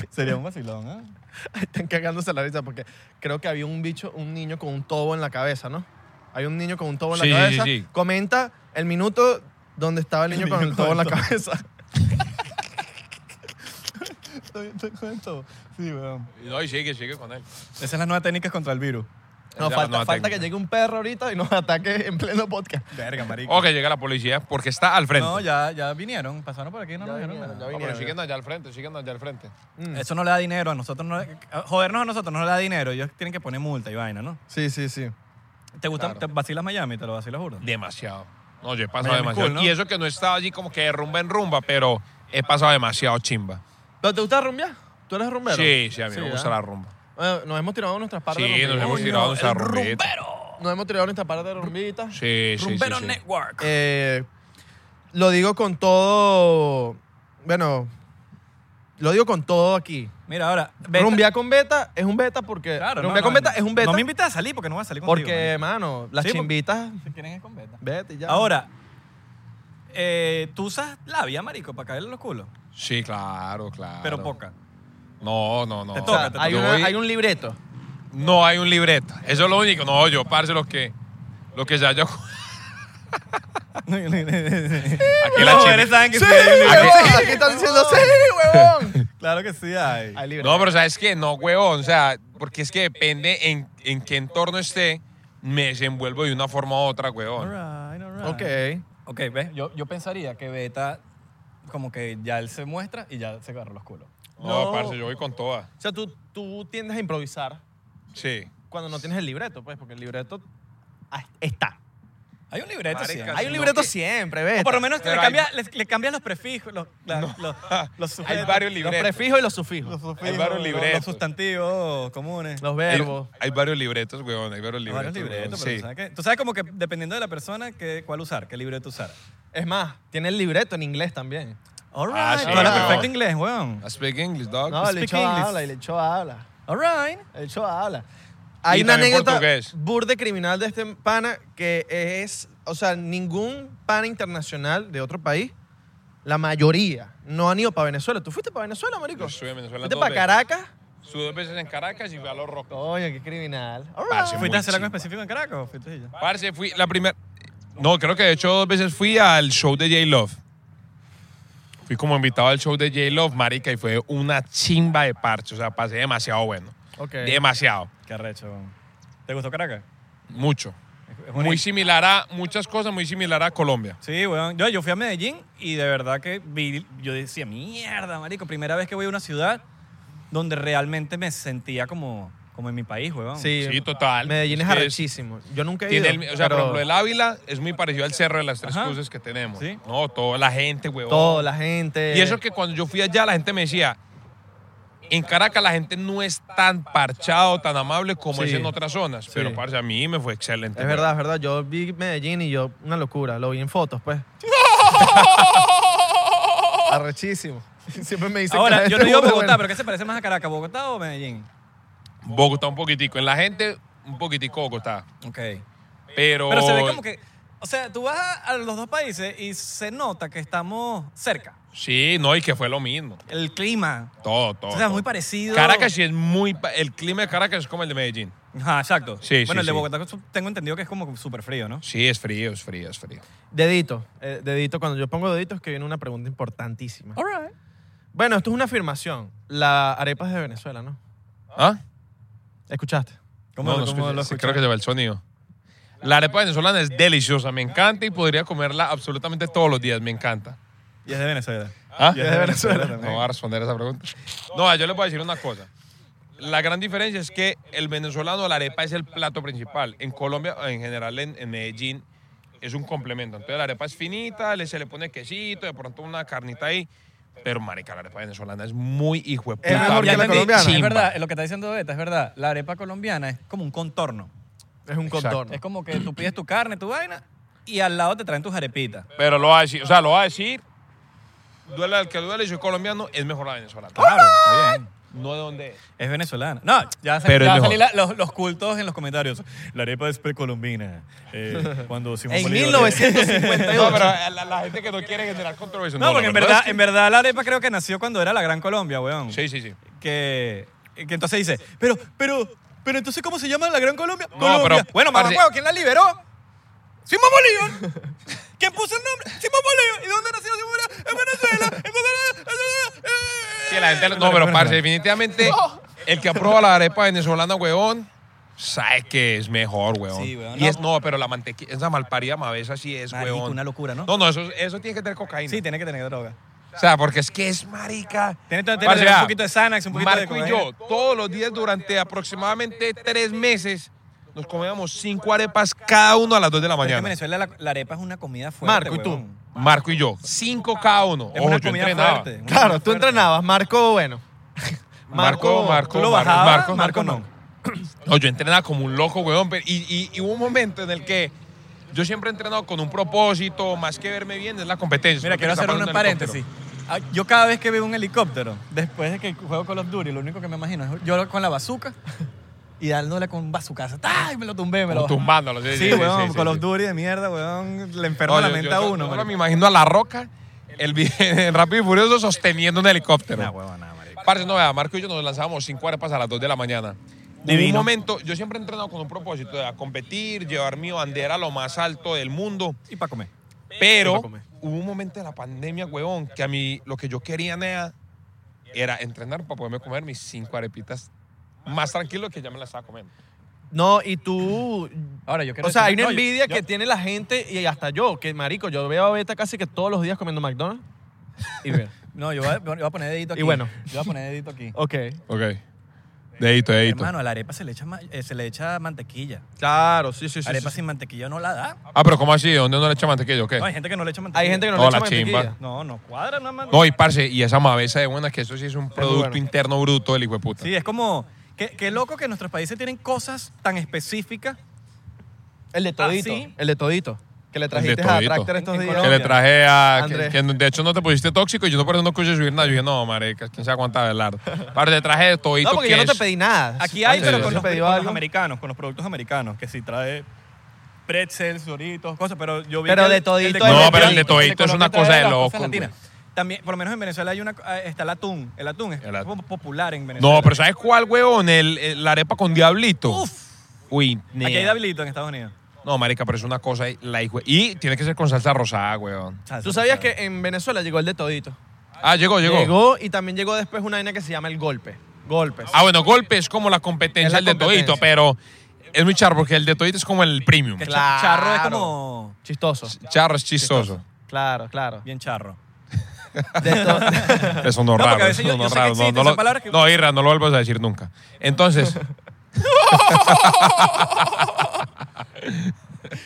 Speaker 1: Sería un vacilón, ¿eh?
Speaker 2: Ahí Están cagándose la risa porque creo que había un bicho, un niño con un tobo en la cabeza, ¿no? Hay un niño con un tobo en
Speaker 4: Sí,
Speaker 2: la
Speaker 4: sí,
Speaker 2: cabeza.
Speaker 4: sí.
Speaker 2: Comenta el minuto donde estaba el niño, con el tobo en la cabeza.
Speaker 1: Estoy, estoy con esto. Sí, weón.
Speaker 4: No, y sigue, sigue con él.
Speaker 1: Esas son las nuevas técnicas contra el virus.
Speaker 2: No,
Speaker 4: Ya,
Speaker 2: falta,
Speaker 4: no,
Speaker 2: falta que
Speaker 4: técnica.
Speaker 2: llegue un perro ahorita y nos ataque en pleno podcast.
Speaker 1: Verga, marico.
Speaker 4: O que llega la policía porque está al frente.
Speaker 1: No, ya, ya vinieron, pasaron por aquí y no
Speaker 2: Ya
Speaker 1: nos dijeron
Speaker 2: vinieron,
Speaker 1: nada.
Speaker 2: ya
Speaker 4: No, pero
Speaker 2: vinieron.
Speaker 4: siguen allá al frente, siguen allá al frente.
Speaker 2: Mm.
Speaker 1: Eso no le da dinero, a nosotros no le- a- jodernos a nosotros no le da dinero, ellos tienen que poner multa y vaina, ¿no?
Speaker 2: Sí, sí, sí.
Speaker 1: ¿Te gusta,
Speaker 4: Claro.
Speaker 1: te vacilas Miami? Te lo vacilas, juro.
Speaker 4: Demasiado. No, yo he pasado
Speaker 1: Miami es
Speaker 4: demasiado.
Speaker 1: cool, ¿no?
Speaker 4: Y eso que no estaba allí como que de rumba en rumba, pero he pasado demasiado chimba.
Speaker 2: ¿Pero te gusta rumbear? ¿Tú eres rumbero?
Speaker 4: Sí, sí, a mí me gusta
Speaker 2: ¿eh?
Speaker 4: la rumba.
Speaker 2: Bueno, nos hemos tirado nuestras par de
Speaker 4: Sí, nos hemos
Speaker 2: rumbitas.
Speaker 4: tirado nuestra rumbita.
Speaker 2: Nos hemos tirado nuestras par de Eh, rumbitas.
Speaker 4: Sí, sí, sí,
Speaker 1: Rumbero
Speaker 4: sí.
Speaker 1: Network.
Speaker 2: Eh, lo digo con todo. Bueno, lo digo con todo aquí.
Speaker 1: Mira, ahora.
Speaker 2: Rumbia
Speaker 1: beta-
Speaker 2: con beta es un beta porque.
Speaker 1: Claro, no,
Speaker 2: rumbear
Speaker 1: no,
Speaker 2: con beta es un beta
Speaker 1: No me invitas a salir porque no voy a salir contigo. ¿eh?
Speaker 2: porque, mano, las
Speaker 1: Sí, porque-
Speaker 2: chimbitas.
Speaker 1: Si quieren es con beta.
Speaker 2: Vete y ya.
Speaker 1: Ahora, eh, tú usas labia, marico, para caerle los culos,
Speaker 4: Sí, claro, claro.
Speaker 1: pero poca.
Speaker 4: No, no, no.
Speaker 1: Te
Speaker 2: O sea,
Speaker 1: toca, te
Speaker 2: hay,
Speaker 4: Yo
Speaker 2: una-
Speaker 4: voy-
Speaker 2: hay un libreto.
Speaker 4: No hay un libreto. Eso es lo único. No, yo, parce, lo que, lo que ya yo... Aquí
Speaker 1: Las
Speaker 4: la
Speaker 1: mujeres
Speaker 4: chimba.
Speaker 1: saben que sí hay un libreto.
Speaker 2: huevón, aquí están diciendo sí, huevón.
Speaker 1: Claro que sí hay.
Speaker 2: Hay libreto.
Speaker 4: No, pero ¿sabes qué? No, huevón. O sea, porque es que depende en, en qué entorno esté, me desenvuelvo de una forma u otra, huevón.
Speaker 1: Alright, alright.
Speaker 2: Ok.
Speaker 1: Ok, ¿ves? Yo, yo pensaría que Beta, como que ya él se muestra y ya se agarra los culos.
Speaker 4: No,
Speaker 2: No.
Speaker 4: parce, yo voy con todas.
Speaker 2: O sea, tú, tú tiendes a improvisar
Speaker 4: Sí.
Speaker 2: cuando no tienes el libreto, pues, porque el libreto ah, está.
Speaker 1: Hay un libreto, sí,
Speaker 4: Marica,
Speaker 1: ¿eh?
Speaker 2: Hay un
Speaker 4: sino
Speaker 2: libreto
Speaker 4: que-
Speaker 2: siempre, ¿ves?
Speaker 1: O por lo menos
Speaker 4: Pero
Speaker 1: le,
Speaker 4: hay-
Speaker 1: cambia, le, le cambian los prefijos, los, la- los, los sujetos.
Speaker 4: Hay varios
Speaker 2: Los
Speaker 4: libretos.
Speaker 2: prefijos y los sufijos.
Speaker 1: Los
Speaker 2: Los,
Speaker 1: sufijos,
Speaker 4: Hay varios
Speaker 1: los-
Speaker 4: libretos.
Speaker 1: Los sustantivos comunes.
Speaker 4: Hay,
Speaker 2: verbos.
Speaker 4: hay varios libretos, huevón. Hay varios
Speaker 1: Los
Speaker 4: libretos.
Speaker 1: Ah, varios libretos,
Speaker 4: huevón,
Speaker 1: pero
Speaker 4: sí.
Speaker 1: tú sabes que- tú sabes como que dependiendo de la persona, que, cuál usar, qué libreto usar.
Speaker 2: Es más, tiene el libreto en inglés también.
Speaker 1: All right.
Speaker 4: Ah, sí,
Speaker 1: tú hablas
Speaker 4: claro.
Speaker 1: perfecto inglés, weón.
Speaker 4: I speak English, dog.
Speaker 2: No, el
Speaker 1: Speak
Speaker 2: hecho
Speaker 1: English.
Speaker 2: habla, el hecho habla.
Speaker 1: All right.
Speaker 2: El hecho habla. Hay
Speaker 4: Y
Speaker 2: una
Speaker 4: también
Speaker 2: anécdota
Speaker 4: portugués.
Speaker 2: burde criminal de este pana que es, o sea, ningún pana internacional de otro país, la mayoría, no han ido para Venezuela. ¿Tú fuiste para Venezuela, marico?
Speaker 4: Yo estuve en Venezuela
Speaker 2: ¿Fuiste
Speaker 4: dos
Speaker 2: para
Speaker 4: veces.
Speaker 2: Caracas?
Speaker 4: Estuve dos veces en Caracas y fui a Los Rocos.
Speaker 2: Coño, qué criminal. All
Speaker 4: Parce,
Speaker 2: right.
Speaker 4: muy
Speaker 1: ¿Fuiste a hacer algo
Speaker 4: chimba.
Speaker 1: específico en Caracas o fuiste y ya?
Speaker 4: Parce, fui la primera... No, creo que de hecho dos veces fui al show de J Love. Fui como invitado al show de J Love, marica, y fue una chimba de parche. O sea, pasé demasiado bueno.
Speaker 2: Ok.
Speaker 4: Demasiado.
Speaker 1: Qué arrecho, weón. ¿Te gustó Caracas?
Speaker 4: Mucho.
Speaker 1: Es- es bonito.
Speaker 4: Muy similar a... Muchas cosas muy similar a Colombia.
Speaker 1: Sí, weón. Yo, yo fui a Medellín y de verdad que vi, yo decía, mierda, marico, primera vez que voy a una ciudad donde realmente me sentía como, como en mi país, weón.
Speaker 2: Sí,
Speaker 4: Sí, total.
Speaker 2: Medellín es
Speaker 4: Es que es-
Speaker 2: arrechísimo. Yo nunca he ido.
Speaker 4: Tiene el- o sea, por
Speaker 2: pero
Speaker 4: ejemplo, el Ávila es muy parecido al Cerro de las Tres
Speaker 1: Ajá.
Speaker 4: Cruces que tenemos.
Speaker 1: Sí.
Speaker 4: No, toda la gente, huevón.
Speaker 2: todo, la gente.
Speaker 4: Y eso que cuando yo fui allá, la gente me decía, en Caracas la gente no es tan parchado, tan amable como es
Speaker 2: Sí.
Speaker 4: en otras zonas. Pero, parce, a mí me fue excelente.
Speaker 2: Es verdad, es verdad. Yo vi Medellín y yo, una locura. Lo vi en fotos, pues. Arrechísimo. Siempre me dicen
Speaker 1: Ahora,
Speaker 2: que
Speaker 1: yo
Speaker 2: este
Speaker 1: no digo
Speaker 2: burro es
Speaker 1: Bogotá,
Speaker 2: bueno.
Speaker 1: pero ¿qué se parece más a Caracas, Bogotá o Medellín?
Speaker 4: Bogotá un poquitico. En la gente, un poquitico Bogotá.
Speaker 1: Ok.
Speaker 4: Pero,
Speaker 1: Pero se ve como que, o sea, tú vas a, a los dos países y se nota que estamos cerca.
Speaker 4: Sí, no, y que fue lo mismo.
Speaker 1: El clima,
Speaker 4: Todo, todo.
Speaker 1: o sea,
Speaker 4: todo.
Speaker 1: muy parecido.
Speaker 4: Caracas sí es muy... pa- El clima de Caracas es como el de Medellín.
Speaker 1: Ajá, exacto.
Speaker 4: Sí, sí,
Speaker 1: bueno, el de
Speaker 4: sí.
Speaker 1: Bogotá tengo entendido que es como súper frío, ¿no?
Speaker 4: Sí, es frío, es frío, es frío.
Speaker 2: Dedito. eh, dedito. Cuando yo pongo deditos, que viene una pregunta importantísima.
Speaker 1: All right.
Speaker 2: Bueno, esto es una afirmación. La arepa es de Venezuela, ¿no?
Speaker 4: ¿Ah?
Speaker 2: ¿Escuchaste?
Speaker 1: ¿Cómo,
Speaker 4: No,
Speaker 1: lo-
Speaker 4: no
Speaker 1: cómo
Speaker 4: escuché.
Speaker 1: lo
Speaker 4: Sí,
Speaker 1: escuchas?
Speaker 4: creo que lleva el sonido. La arepa venezolana es deliciosa, me encanta y podría comerla absolutamente todos los días, me encanta.
Speaker 1: Y es de Venezuela.
Speaker 4: ¿Ah?
Speaker 1: Y es de Venezuela
Speaker 4: No va
Speaker 1: también.
Speaker 4: a responder esa pregunta. No, yo le voy a decir una cosa. La gran diferencia es que el venezolano, la arepa es el plato principal. En Colombia, en general en, en Medellín, es un complemento. Entonces la arepa es finita, le, se le pone quesito, de pronto una carnita ahí. Pero, marica, la arepa venezolana es muy hijo de
Speaker 2: Es
Speaker 4: puta,
Speaker 2: mejor que la
Speaker 4: bien
Speaker 2: colombiana.
Speaker 4: chimba.
Speaker 1: Es verdad, lo que está diciendo Beta es verdad. La arepa colombiana es como un contorno.
Speaker 2: Es un
Speaker 4: Exacto.
Speaker 2: contorno.
Speaker 1: Es como que tú pides tu carne, tu vaina, y al lado te traen tus arepitas.
Speaker 4: Pero lo va a decir, o sea, lo va a decir. Duele al que duele, y soy colombiano, es mejor la venezolana.
Speaker 1: Claro, muy bien.
Speaker 4: No de dónde es.
Speaker 1: Es venezolana. No, ya, sal-
Speaker 4: Pero
Speaker 1: ya
Speaker 4: es
Speaker 1: salí
Speaker 4: mejor.
Speaker 1: la- los, los cultos en los comentarios. La arepa es precolombina. Eh, cuando Simón
Speaker 2: En
Speaker 1: Bolívar-
Speaker 2: 1958.
Speaker 4: No, pero la, la gente que no quiere generar controversia.
Speaker 1: No, porque
Speaker 4: la
Speaker 1: en verdad,
Speaker 4: es que-
Speaker 1: en verdad la arepa creo que nació cuando era la Gran Colombia, weón.
Speaker 4: Sí, sí, sí.
Speaker 1: Que, que entonces dice, pero, pero, pero entonces, ¿cómo se llama la Gran Colombia?
Speaker 4: No,
Speaker 1: Colombia.
Speaker 4: pero-
Speaker 1: bueno,
Speaker 4: parce-
Speaker 1: mamacuevo, ¿quién la liberó? Simón Bolívar. ¿Quién puso el nombre? Simón Bolívar. ¿Y dónde nació Simón Bolívar? En Venezuela. eh.
Speaker 4: Sí, la gente- no, pero parce, definitivamente el que aprueba la arepa venezolana, huevón, sabe que es mejor, huevón.
Speaker 1: Sí, huevón,
Speaker 4: Y
Speaker 1: no.
Speaker 4: es, no, pero la mantequilla, esa malparida mavesa sí es,
Speaker 1: Marico,
Speaker 4: huevón.
Speaker 1: una locura, ¿no?
Speaker 4: No, no, eso, eso tiene que tener cocaína.
Speaker 1: Sí, tiene que tener droga.
Speaker 4: O sea, porque es que es marica.
Speaker 1: Tiene que tener
Speaker 4: Parce,
Speaker 1: un
Speaker 4: vea,
Speaker 1: poquito de Xanax, un poquito de
Speaker 4: Marco y yo, todos los días durante aproximadamente tres meses, nos comíamos cinco arepas cada uno a las dos de la
Speaker 1: Pero es que en
Speaker 4: mañana.
Speaker 1: Venezuela la, la arepa es una comida fuerte.
Speaker 2: Marco, ¿y tú?
Speaker 1: huevón.
Speaker 4: Marco y yo, cinco cada uno.
Speaker 1: Es
Speaker 4: Ojo,
Speaker 1: una
Speaker 4: yo
Speaker 1: comida
Speaker 4: entrenaba.
Speaker 1: fuerte. una
Speaker 2: Claro,
Speaker 1: comida
Speaker 2: tú
Speaker 1: fuerte.
Speaker 2: entrenabas. Marco, bueno.
Speaker 4: Marco, Marco,
Speaker 1: ¿Tú lo
Speaker 4: Marco,
Speaker 1: bajabas?
Speaker 4: Marco,
Speaker 1: Marco
Speaker 2: Marco
Speaker 1: no.
Speaker 4: No, yo entrenaba como un loco, weón. pero- Y, y- y hubo un momento en el que yo siempre he entrenado con un propósito, más que verme bien, es la competencia.
Speaker 1: Mira,
Speaker 4: No
Speaker 1: quiero
Speaker 4: quiero
Speaker 1: hacer
Speaker 4: escapar
Speaker 1: un
Speaker 4: de
Speaker 1: paréntesis. Ah, Yo cada vez que veo un helicóptero, después de que juego Call of Duty, lo único que me imagino es yo con la bazuca y dándole con bazucaza. ¡Ah! Y me lo tumbé, me lo...
Speaker 4: Como tumbándolo. Sí,
Speaker 1: Sí, weón,
Speaker 4: sí,
Speaker 1: Call
Speaker 4: sí.
Speaker 1: of Duty de mierda, weón. Le enferma
Speaker 4: No,
Speaker 1: la
Speaker 4: yo-
Speaker 1: mente
Speaker 4: yo-
Speaker 1: a
Speaker 4: yo-
Speaker 1: uno,
Speaker 4: yo Ahora me
Speaker 1: marico.
Speaker 4: imagino a La Roca, el, vi- el Rápido y Furioso sosteniendo un helicóptero.
Speaker 1: Nah, weón, nah, marico.
Speaker 4: Parce, no vea, Marco y yo nos lanzábamos 5 arepas a las 2 de la mañana. En un
Speaker 1: Divino.
Speaker 4: momento, yo siempre he entrenado con un propósito, de competir, llevar mi bandera a lo más alto del mundo,
Speaker 1: Y para comer.
Speaker 4: pero
Speaker 2: Para comer.
Speaker 4: hubo un momento de la pandemia, huevón, que a mí lo que yo quería nea, era entrenar para poderme comer mis 5 arepitas más tranquilo que ya me las estaba comiendo.
Speaker 2: No, y tú.
Speaker 1: Ahora, yo quiero
Speaker 2: O sea, hay
Speaker 1: decir-
Speaker 2: una
Speaker 1: no, yo-
Speaker 2: envidia
Speaker 1: yo-
Speaker 2: que tiene la gente y hasta yo, que marico, yo veo a Beta casi que todos los días comiendo McDonald's. Y bien.
Speaker 1: No, yo voy, a, yo voy a poner dedito
Speaker 2: Y
Speaker 1: aquí.
Speaker 2: bueno.
Speaker 1: Yo voy a poner dedito aquí.
Speaker 2: Ok.
Speaker 4: Ok. Dedito, dedito.
Speaker 1: Hermano, a la arepa se le echa, ma- eh, se le echa mantequilla.
Speaker 2: Claro, sí, sí, sí.
Speaker 1: arepa
Speaker 2: sí, sí.
Speaker 1: sin mantequilla no la da.
Speaker 4: Ah, pero ¿cómo así? ¿Dónde no le echa mantequilla o qué?
Speaker 1: No, hay gente que no le echa mantequilla.
Speaker 2: Hay gente que no
Speaker 4: Oh,
Speaker 2: le echa
Speaker 4: la chimba.
Speaker 2: mantequilla.
Speaker 1: No, no cuadra nada más.
Speaker 4: No, y parce, y esa maveza de buena que eso sí es un producto
Speaker 2: bueno.
Speaker 4: interno bruto del hijo de puta.
Speaker 1: Sí, es como... Qué, qué loco que nuestros países tienen cosas tan específicas.
Speaker 2: El de todito.
Speaker 1: sí.
Speaker 2: El de todito. Que le
Speaker 4: de
Speaker 2: trajiste a
Speaker 4: todito.
Speaker 2: Tractor estos
Speaker 1: En
Speaker 2: días.
Speaker 4: que le traje a. Que,
Speaker 2: Andrés.
Speaker 4: que de hecho no te pusiste tóxico y yo no por eso no escuché subir nada. Yo dije, no, marica, quién se aguanta de hablar. Parce, te traje de todito
Speaker 2: No, porque
Speaker 4: que
Speaker 2: yo no te
Speaker 4: es-
Speaker 2: pedí nada.
Speaker 1: Aquí hay,
Speaker 4: sí,
Speaker 1: pero
Speaker 4: sí,
Speaker 1: con,
Speaker 4: sí.
Speaker 1: los,
Speaker 2: pedí
Speaker 1: con los
Speaker 2: algo.
Speaker 1: americanos, con los productos americanos, que sí trae pretzels, doritos, cosas, pero yo vi
Speaker 2: Pero
Speaker 1: que el-
Speaker 2: de todito
Speaker 1: el
Speaker 2: es
Speaker 1: Colombia-
Speaker 2: No, pero el de
Speaker 4: todito
Speaker 1: Colombia
Speaker 4: es una
Speaker 1: trae
Speaker 4: cosa de
Speaker 1: las cosas
Speaker 4: loco,
Speaker 1: latinas. También, por lo menos en Venezuela hay una, ah, está el atún. El atún es
Speaker 4: El atún.
Speaker 1: como popular en Venezuela.
Speaker 4: No, pero ¿sabes cuál, huevón? El, el- la arepa con diablito.
Speaker 1: Uf.
Speaker 4: Uy,
Speaker 1: Aquí hay
Speaker 4: nea.
Speaker 1: Dablito en Estados Unidos.
Speaker 4: No, marica, pero es una cosa. ahí, La hijo Y tiene que ser con salsa rosada, huevón.
Speaker 1: Salsa
Speaker 2: Tú sabías que
Speaker 1: rosada.
Speaker 2: en Venezuela llegó el de todito.
Speaker 4: Ah, llegó, llegó.
Speaker 2: y también llegó después una vaina que se llama el golpe. Golpes.
Speaker 4: Ah, bueno, golpe es como la competencia
Speaker 2: Es
Speaker 4: del
Speaker 2: la
Speaker 4: de todito,
Speaker 2: competencia.
Speaker 4: pero es muy charro porque el de todito es como el premium.
Speaker 1: Que cha-
Speaker 2: Claro.
Speaker 1: charro es como
Speaker 2: Chistoso.
Speaker 4: Charro es chistoso.
Speaker 2: Claro, claro.
Speaker 1: bien charro.
Speaker 2: De to-
Speaker 4: Eso no,
Speaker 1: No, porque
Speaker 4: raro.
Speaker 1: a veces
Speaker 4: eso
Speaker 1: yo-
Speaker 4: no
Speaker 1: yo sé que
Speaker 4: raro. No,
Speaker 1: existen
Speaker 4: no,
Speaker 1: esas
Speaker 4: lo-
Speaker 1: palabras que-
Speaker 4: no, Irra, no lo vuelvas a decir nunca. Entonces,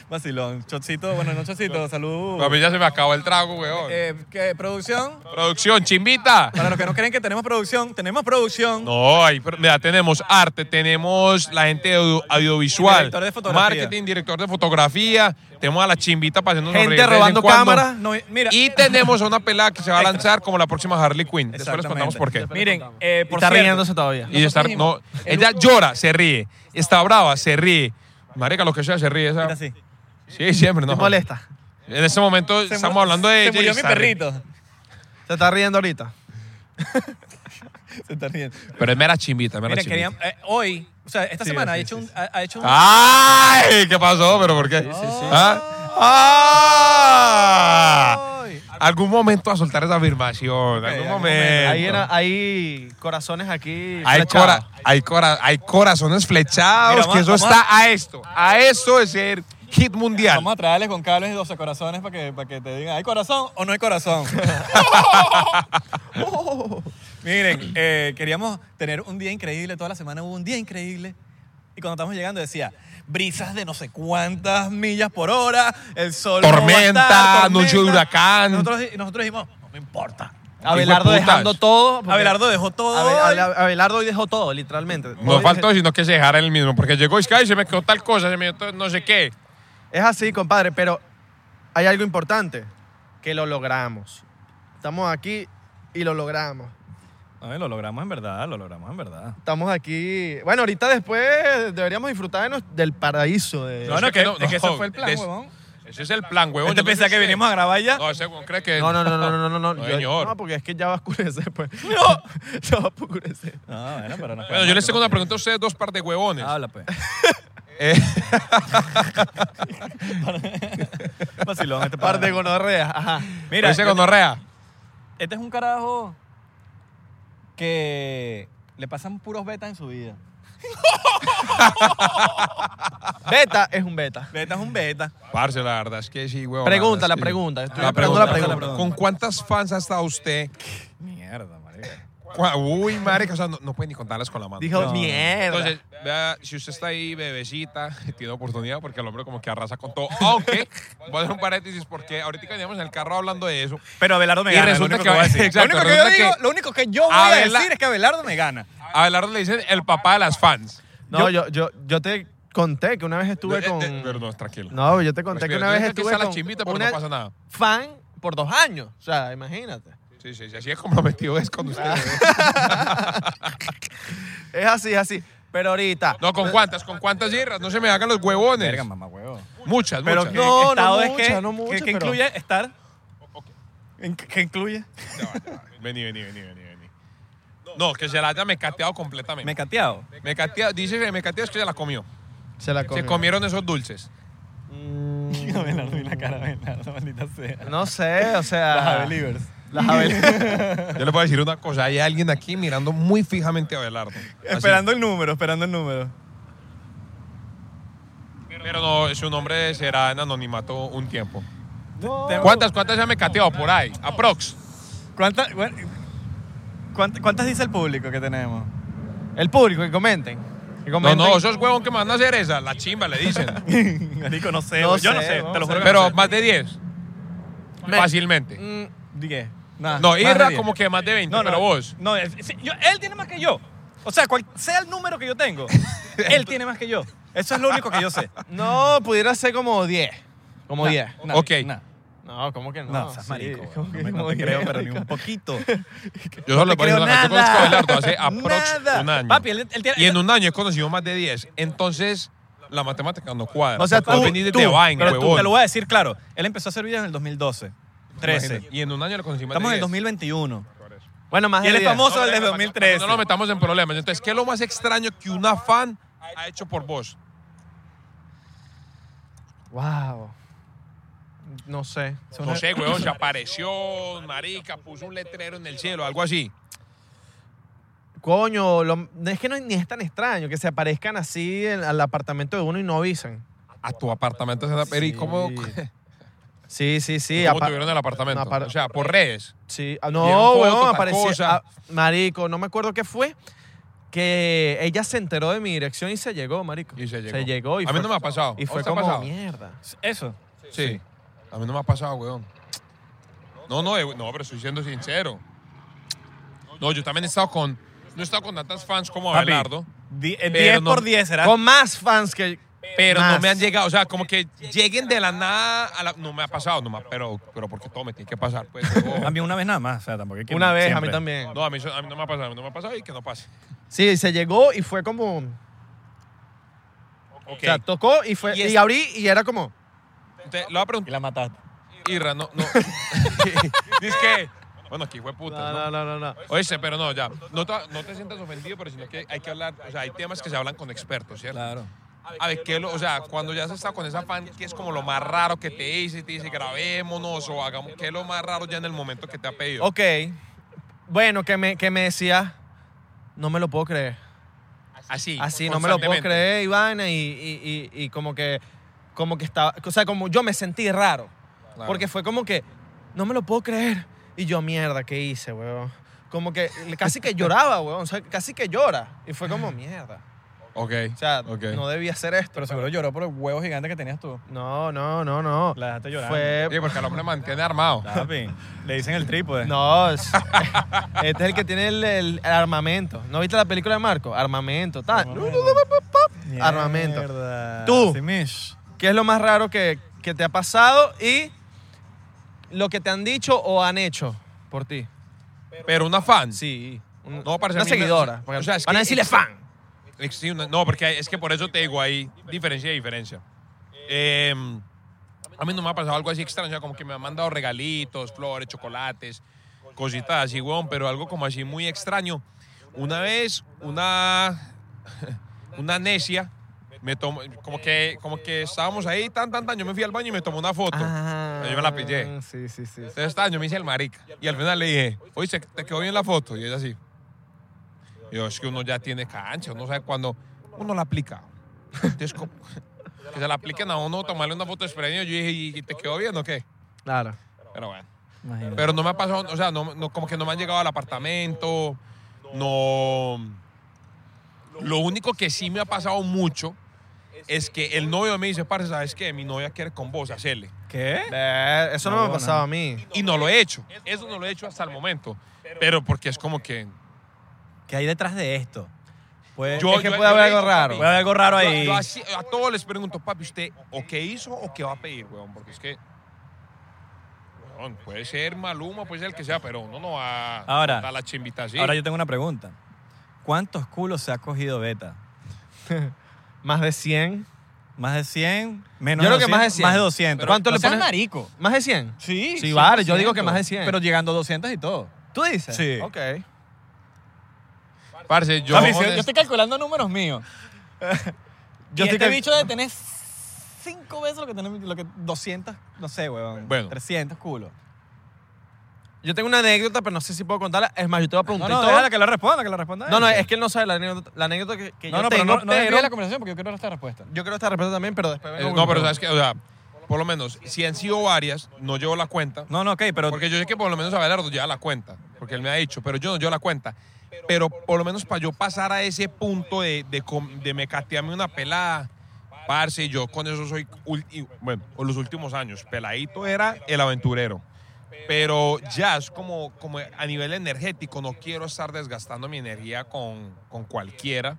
Speaker 1: Vacilón. Chocito, bueno, no chocito, salud.
Speaker 4: a mí ya se me acabó el trago, weón.
Speaker 1: Eh, ¿qué? ¿Producción?
Speaker 4: Producción, chimbita.
Speaker 1: Para los que no creen que tenemos producción, tenemos producción.
Speaker 4: No, ahí, pero, mira, tenemos arte, tenemos la gente de audio- audiovisual,
Speaker 1: Director de fotografía.
Speaker 4: marketing, director de fotografía, tenemos a la chimbita para haciendo
Speaker 2: Gente robando cámaras.
Speaker 1: No, mira.
Speaker 4: Y tenemos a una pelada que se va a lanzar como la próxima Harley Quinn. Después les contamos por qué.
Speaker 1: Miren, eh, por
Speaker 2: está
Speaker 1: cierto,
Speaker 2: riéndose todavía.
Speaker 4: Y estar, no, ella llora, se ríe. Está brava, se ríe. Marica, lo que sea, se ríe. esa-
Speaker 1: mira así.
Speaker 4: Sí, siempre, no.
Speaker 2: Te molesta.
Speaker 4: En ese momento
Speaker 1: Se mu-
Speaker 4: estamos hablando de
Speaker 1: Se
Speaker 4: ella y
Speaker 1: murió mi
Speaker 4: está riendo.
Speaker 1: perrito.
Speaker 2: Se está riendo ahorita.
Speaker 1: Se está riendo.
Speaker 4: Pero es mera chimbita, es mera
Speaker 1: Mira,
Speaker 4: chimbita.
Speaker 1: querían, eh, hoy, o sea, esta
Speaker 2: Sí,
Speaker 1: semana ha
Speaker 2: sí,
Speaker 1: hecho
Speaker 2: sí,
Speaker 1: un.
Speaker 2: sí.
Speaker 1: Ha, ha hecho un
Speaker 4: ¡Ay! ¿Qué pasó? ¿Pero por qué? ¿Ah? ¡Ah!
Speaker 1: Ay.
Speaker 4: Algún momento a soltar esa afirmación. algún
Speaker 1: algún
Speaker 4: momento.
Speaker 2: Ahí era- hay corazones aquí.
Speaker 4: hay,
Speaker 2: flechados.
Speaker 4: cora- hay, cora- hay corazones flechados,
Speaker 1: Mira, vamos
Speaker 4: que
Speaker 1: a-
Speaker 4: eso
Speaker 1: vamos
Speaker 4: está a esto. A esto de ser hit mundial.
Speaker 1: Vamos a traerles con cables de 12 corazones para que, para que te digan, ¿hay corazón o no hay corazón? Miren, eh, queríamos tener un día increíble, toda la semana hubo un día increíble. Y cuando estamos llegando decía, brisas de no sé cuántas millas por hora, el sol... no va a
Speaker 4: Tormenta,
Speaker 1: estar,
Speaker 4: anuncio de huracán.
Speaker 1: Nosotros, y nosotros dijimos, no me importa.
Speaker 2: Abelardo
Speaker 4: Hijo de putas.
Speaker 2: dejando todo. porque-
Speaker 1: Abelardo dejó todo.
Speaker 2: Abe-
Speaker 1: hoy.
Speaker 2: Abe- Abelardo hoy dejó todo, literalmente.
Speaker 4: No faltó sino que se dejara el mismo, porque llegó Sky y se me quedó tal cosa, se me quedó no sé qué.
Speaker 2: Es así, compadre, pero hay algo importante, que lo logramos. Estamos aquí y lo logramos.
Speaker 1: Ay, lo logramos en verdad, lo logramos en verdad.
Speaker 2: Estamos aquí. Bueno, ahorita después deberíamos disfrutar de nos- del paraíso. De...
Speaker 1: No, no,
Speaker 4: es
Speaker 1: que,
Speaker 4: que no,
Speaker 1: es que ese
Speaker 4: no,
Speaker 1: fue el plan,
Speaker 4: des-
Speaker 1: huevón.
Speaker 4: Ese es el plan, huevón.
Speaker 1: Este
Speaker 4: Yo no
Speaker 1: pensaba
Speaker 4: sé
Speaker 1: que
Speaker 4: usted.
Speaker 1: venimos a grabar ya.
Speaker 4: No, ese huevón cree que...
Speaker 2: No, no, no, no, no, no, no.
Speaker 4: No,
Speaker 2: yo-
Speaker 4: señor.
Speaker 2: no, porque es que ya va a oscurecer, pues. No. ya va a oscurecer.
Speaker 1: No, bueno, pero no
Speaker 4: Bueno, yo les tengo una pregunta a ustedes, dos par de huevones.
Speaker 1: Habla, pues.
Speaker 4: Eh,
Speaker 1: Vacilón, este
Speaker 2: Par
Speaker 1: par
Speaker 2: de gonorreas, ajá.
Speaker 1: Mira,
Speaker 4: ese
Speaker 2: eh,
Speaker 1: yo-
Speaker 4: gonorrea.
Speaker 1: este es un carajo que le pasan puros betas en su vida.
Speaker 2: Beta es un beta.
Speaker 1: Beta es un beta.
Speaker 4: Parce, la verdad es que sí, huevón.
Speaker 2: Pregunta,
Speaker 4: verdad
Speaker 2: la
Speaker 4: es que sí.
Speaker 2: pregunta. Estoy
Speaker 4: La
Speaker 2: esperando
Speaker 4: pregunta,
Speaker 2: la
Speaker 4: la
Speaker 2: pregunta.
Speaker 4: pregunta. ¿Con cuántas fans ha estado usted?
Speaker 1: Mierda, marica.
Speaker 4: Cu- Uy, marica, o sea, no, no puede ni contarlas con la mano.
Speaker 2: Dijo,
Speaker 1: No.
Speaker 2: mierda.
Speaker 4: Entonces, vea, si usted está ahí, bebecita, tiene oportunidad porque el hombre como que arrasa con todo. Aunque, voy a hacer un paréntesis porque ahorita que veníamos en el carro hablando de eso,
Speaker 1: Pero Abelardo me
Speaker 4: Y
Speaker 1: gana. lo
Speaker 4: resulta
Speaker 1: único
Speaker 4: que-
Speaker 1: voy a decir.
Speaker 4: exacto,
Speaker 1: lo, único que yo
Speaker 4: resulta
Speaker 1: digo-
Speaker 4: que-
Speaker 1: lo único que yo voy a
Speaker 4: Abela-
Speaker 1: decir es que Abelardo me gana.
Speaker 4: a Abelardo le dicen el papá de las fans.
Speaker 2: No, yo, yo, yo te conté que una vez estuve
Speaker 4: Eh, eh,
Speaker 2: con.
Speaker 4: pero no, tranquilo.
Speaker 2: No, yo te conté
Speaker 4: Respira,
Speaker 2: que una
Speaker 4: yo
Speaker 2: vez
Speaker 4: sé que
Speaker 2: estuve
Speaker 4: está la
Speaker 2: con
Speaker 4: chimbita, pero no
Speaker 2: una
Speaker 4: pasa nada.
Speaker 2: fan por dos años. O sea, imagínate.
Speaker 4: Sí, sí, sí. Así es comprometido es con
Speaker 2: Ah.
Speaker 4: ustedes.
Speaker 2: Es así, es así. Pero ahorita.
Speaker 4: No, ¿con cuántas? ¿Con cuántas hierras? No se me hagan los huevones.
Speaker 1: Verga, mamá, huevo.
Speaker 4: Muchas,
Speaker 2: Pero
Speaker 4: muchas.
Speaker 2: no, no mucha,
Speaker 1: que,
Speaker 2: no mucha,
Speaker 1: que- que
Speaker 2: pero-
Speaker 1: incluye estar.
Speaker 4: Ok.
Speaker 1: ¿En- ¿Qué incluye?
Speaker 4: Ya va, ya va. Vení, vení, vení, vení, vení. No, que se la haya mecateado completamente.
Speaker 1: Me cateado.
Speaker 4: Me catea, dice que me catea es que se la comió.
Speaker 2: Se la
Speaker 4: Se
Speaker 2: comió.
Speaker 4: comieron esos dulces.
Speaker 2: Mm,
Speaker 1: No, Belardo, y la cara de Belardo, maldita sea.
Speaker 2: no sé, o sea.
Speaker 1: Las Abelivers.
Speaker 2: Las Abel-
Speaker 4: Yo le puedo decir una cosa. Hay alguien aquí mirando muy fijamente a Belardo. Así.
Speaker 1: Esperando el número, esperando el número.
Speaker 4: Pero no, su nombre será en anonimato un tiempo.
Speaker 2: No.
Speaker 1: Te-
Speaker 4: ¿Cuántas, cuántas se han mecateado por ahí? Aprox.
Speaker 1: ¿Cuánta- bueno, ¿cuánt- ¿Cuántas dice el público que tenemos?
Speaker 2: El público, que comenten. Que
Speaker 4: No,
Speaker 2: comenten.
Speaker 4: no, esos huevón que me van a hacer esa. La chimba, le dicen.
Speaker 1: Marico, no sé.
Speaker 2: No
Speaker 1: güey, yo
Speaker 2: sé,
Speaker 1: no sé,
Speaker 2: no
Speaker 1: te lo
Speaker 2: sé.
Speaker 1: juro. que
Speaker 4: Pero
Speaker 1: no
Speaker 4: más de 10. Fácilmente.
Speaker 2: Mm,
Speaker 1: sé. ¿Di qué? Nada,
Speaker 4: No,
Speaker 1: más de
Speaker 4: Irra
Speaker 1: diez.
Speaker 4: como que más de 20,
Speaker 1: No, no,
Speaker 4: pero vos.
Speaker 1: No, es- sí, yo- él tiene más que yo. O sea, cual sea el número que yo tengo, él tiene más que yo. Eso es lo único que yo sé.
Speaker 2: no, pudiera ser como 10. Como
Speaker 1: Nah,
Speaker 2: 10.
Speaker 1: nah,
Speaker 4: Ok.
Speaker 1: nah.
Speaker 2: No, ¿cómo que no?
Speaker 1: No, seas
Speaker 2: Sí,
Speaker 1: marico.
Speaker 2: ¿cómo
Speaker 1: güey. No
Speaker 2: que
Speaker 1: me- no
Speaker 2: como
Speaker 1: te
Speaker 2: 10,
Speaker 1: creo, pero ni
Speaker 2: marico?
Speaker 1: un poquito.
Speaker 4: Yo solo
Speaker 1: te creo
Speaker 4: le puedo decir una cosa. Yo
Speaker 1: nada.
Speaker 4: conozco a Belardo hace aprox
Speaker 1: Nada.
Speaker 4: un año.
Speaker 1: Papi, él- él tiene-
Speaker 4: Y en un año he conocido más de 10. Entonces, la matemática no cuadra.
Speaker 2: O sea,
Speaker 4: Porque
Speaker 2: tú-
Speaker 4: vos venís de
Speaker 1: tú,
Speaker 4: Tebain,
Speaker 1: pero tú,
Speaker 4: huevón.
Speaker 1: te lo voy a decir claro. Él empezó a hacer videos en el 2012, 13.
Speaker 4: Imagínate. Y en un año le conocí más
Speaker 1: Estamos en
Speaker 4: de
Speaker 1: el
Speaker 4: 10.
Speaker 1: 2021.
Speaker 2: Bueno, más
Speaker 1: Y él
Speaker 2: de
Speaker 1: es
Speaker 2: 10.
Speaker 1: famoso desde
Speaker 4: no,
Speaker 1: 2013.
Speaker 4: No nos metamos en problemas. Entonces, ¿qué es lo más extraño que una fan ha hecho por vos?
Speaker 2: Wow. No sé.
Speaker 4: No sé, huevón, se apareció, marica, puso un letrero en el cielo, algo así.
Speaker 2: Coño, lo- es que no, ni es tan extraño que se aparezcan así en- al apartamento de uno y no avisan.
Speaker 4: A tu apartamento, se da- pero ¿y cómo,
Speaker 2: Sí.
Speaker 4: cómo
Speaker 2: Sí, sí, sí. apa-
Speaker 4: tuvieron el apartamento?
Speaker 2: apar-
Speaker 4: o sea, por redes.
Speaker 2: Sí, ah,
Speaker 4: Vieron
Speaker 2: no,
Speaker 4: fotos,
Speaker 2: weón,
Speaker 4: tal
Speaker 2: apareció.
Speaker 4: cosa.
Speaker 2: ah, marico, no me acuerdo qué fue. Que ella se enteró de mi dirección y se llegó, marico.
Speaker 4: Y se llegó.
Speaker 2: Se llegó y
Speaker 4: a
Speaker 2: fue,
Speaker 4: mí no me ha pasado.
Speaker 2: y
Speaker 4: ¿A
Speaker 2: fue
Speaker 4: vos te ha
Speaker 2: como
Speaker 4: pasado?
Speaker 2: mierda.
Speaker 1: Eso.
Speaker 4: Sí. A mí no me ha pasado, weón. No, no, eh, no, pero estoy siendo sincero. No, yo también he estado con. No he estado con tantas fans como
Speaker 1: Papi,
Speaker 4: Abelardo,
Speaker 1: Di- eh,
Speaker 4: Pero
Speaker 1: 10
Speaker 4: no-
Speaker 1: por 10 será.
Speaker 2: Con más fans que.
Speaker 4: pero no
Speaker 2: más.
Speaker 4: me han llegado. O sea, como que lleguen de la nada a la. No me ha pasado, no me ha- pero, pero porque todo me tiene que pasar. Pues, huevón.
Speaker 1: A mí una vez nada más. O sea, tampoco hay que-
Speaker 2: Una vez, a
Speaker 1: siempre.
Speaker 2: mí también.
Speaker 4: no, a mí, eso- a mí no me ha pasado, a mí no me ha pasado y que no pase.
Speaker 2: Sí, se llegó y fue como. O
Speaker 4: Ok.
Speaker 2: sea, tocó y fue.
Speaker 4: Y
Speaker 2: Y,
Speaker 4: es-
Speaker 2: abrí y era como.
Speaker 4: Te- le voy a
Speaker 1: Y
Speaker 4: preguntar.
Speaker 1: la mataste.
Speaker 4: Irra, no. no. Dice que. Bueno, aquí fue puta.
Speaker 2: No, no, no, no. no.
Speaker 4: Oíste, pero no, ya. No te, no te sientas ofendido, pero sino que hay que hablar. O sea, hay temas que se hablan con expertos, ¿cierto?
Speaker 1: Claro.
Speaker 4: A ver, ¿qué lo- o sea, cuando ya has estado con esa fan, ¿qué es como lo más raro que te dice? Te dice, grabémonos o hagamos. ¿Qué es lo más raro ya en el momento que te ha pedido?
Speaker 2: Ok. Bueno, que me, que me decía. No me lo puedo creer.
Speaker 4: Así.
Speaker 2: Así, no me lo puedo
Speaker 4: constantemente.
Speaker 2: creer, Ivana, y, y- y- y como que. Como que estaba. O sea, como yo me sentí raro.
Speaker 4: Claro.
Speaker 2: Porque fue como que. No me lo puedo creer. Y yo, mierda, ¿qué hice, weón? Como que casi que lloraba, weón. O sea, casi que llora. Y fue como, mierda.
Speaker 4: Ok.
Speaker 2: O sea,
Speaker 4: Ok.
Speaker 2: no debía hacer esto.
Speaker 1: Pero seguro lloró por el huevo gigante que tenías tú.
Speaker 2: No, no, no, no.
Speaker 1: La dejaste llorar.
Speaker 4: Sí,
Speaker 2: Fue.
Speaker 4: porque el hombre mantiene armado.
Speaker 1: Papi, le dicen el trípode.
Speaker 4: pues.
Speaker 2: No, es- este es el que tiene el, el armamento. ¿No viste la película de Marco? Armamento, tal.
Speaker 1: Mierda.
Speaker 2: armamento. Tú.
Speaker 1: Sí, mish.
Speaker 2: ¿Qué es lo más raro que, que te ha pasado y lo que te han dicho o han hecho por ti?
Speaker 4: Pero una fan.
Speaker 2: Sí. un-
Speaker 4: No, parce, a
Speaker 2: una
Speaker 4: mí me-
Speaker 2: seguidora. porque
Speaker 4: o sea, es
Speaker 2: van a
Speaker 4: que-
Speaker 2: decirle fan.
Speaker 4: Ex- sí, una- no, porque hay- es que por eso te digo, hay diferencia y diferencia. Eh, a mí no me ha pasado algo así extraño, o sea, como que me han mandado regalitos, flores, chocolates, cositas así, weón, pero algo como así muy extraño. Una vez, una, una necia, me tomó, como que, como que estábamos ahí, tan, tan, tan, yo me fui al baño y me tomó una foto. Yo me la pillé.
Speaker 2: Ah, Sí, sí, sí.
Speaker 4: Entonces estaba, yo me hice el marica. Y al final le dije, oye, ¿se- ¿te quedó bien la foto? Y ella así. Y yo, es que uno ya tiene cancha, uno sabe cuándo uno la aplica. Entonces, como- que se la apliquen a uno, tomarle una foto de premio. Yo dije, ¿y te quedó bien o qué?
Speaker 2: Claro.
Speaker 4: Pero bueno.
Speaker 1: Imagínate.
Speaker 4: Pero no me ha pasado, o sea, no, no- como que no me han llegado al apartamento. No. Lo único que sí me ha pasado mucho es que el novio me dice, parce, ¿sabes qué? Mi novia quiere con vos, hacerle.
Speaker 1: ¿Qué?
Speaker 2: Eh, eso no, me
Speaker 1: No,
Speaker 2: ha pasado a mí.
Speaker 4: Y no lo he hecho. Eso no lo he hecho hasta el momento. Pero porque es como que.
Speaker 1: ¿Qué hay detrás de esto? Pues,
Speaker 4: Yo-
Speaker 2: es que
Speaker 4: yo-
Speaker 2: puede
Speaker 4: yo
Speaker 2: haber
Speaker 4: le
Speaker 2: algo
Speaker 4: he dicho,
Speaker 2: raro.
Speaker 1: Puede haber algo raro ahí.
Speaker 4: Yo así- a todos les pregunto, papi, ¿usted o qué hizo o qué va a pedir, weón? Porque es que. weón, puede ser Maluma, puede ser el que sea, pero uno no va
Speaker 1: Ahora-
Speaker 4: a la chimbita así.
Speaker 1: Ahora yo tengo una pregunta. ¿Cuántos culos se ha cogido Beta?
Speaker 2: Más de 100.
Speaker 1: ¿Más de 100? Menos
Speaker 2: Yo
Speaker 1: de
Speaker 2: creo
Speaker 1: 200,
Speaker 2: que más de 100.
Speaker 1: Más de 200.
Speaker 2: Pero- ¿Cuánto
Speaker 1: No
Speaker 2: le
Speaker 1: seas
Speaker 2: pones?
Speaker 1: marico.
Speaker 2: ¿Más de 100?
Speaker 1: Sí.
Speaker 2: Sí, vale, yo digo que más de 100.
Speaker 1: Pero llegando a 200 y todo.
Speaker 2: ¿Tú dices?
Speaker 1: Sí.
Speaker 2: Ok.
Speaker 4: Parce, yo,
Speaker 1: A mí, si-
Speaker 4: honest-
Speaker 1: calculando números míos. este
Speaker 2: Yo estoy cal-
Speaker 1: debe tener cinco veces lo que tenemos, lo que 200, no sé, weón.
Speaker 4: Bueno.
Speaker 1: 300 culos.
Speaker 2: Yo tengo una anécdota, pero no sé si puedo contarla. Es más, yo te voy a
Speaker 1: No,
Speaker 2: preguntar y
Speaker 1: no,
Speaker 2: todo.
Speaker 1: déjala que la responda, que la responda.
Speaker 2: No, no,
Speaker 1: ella.
Speaker 2: es que él no sabe la anécdota, la anécdota que, que
Speaker 1: No,
Speaker 2: yo
Speaker 1: no, pero
Speaker 2: tengo,
Speaker 1: no, no desvíe
Speaker 2: pero-
Speaker 1: la conversación porque yo quiero esta respuesta.
Speaker 2: Yo quiero esta respuesta también, pero después
Speaker 4: eh,
Speaker 2: vengo con
Speaker 4: no,
Speaker 2: mi
Speaker 4: pero
Speaker 2: pregunta.
Speaker 4: sabes que, o sea, por lo menos, si han sido varias, no llevo la cuenta.
Speaker 1: No, no, ok, pero
Speaker 4: Porque yo sé que por lo menos Abelardo lleva la cuenta, porque él me ha dicho, pero yo no llevo la cuenta. Pero por lo menos para yo pasar a ese punto de, de, com- de me catearme una pelada, parce, yo con eso soy, ulti- bueno, por los últimos años, peladito era el aventurero. Pero ya es como, como a nivel energético, no quiero estar desgastando mi energía con, con cualquiera.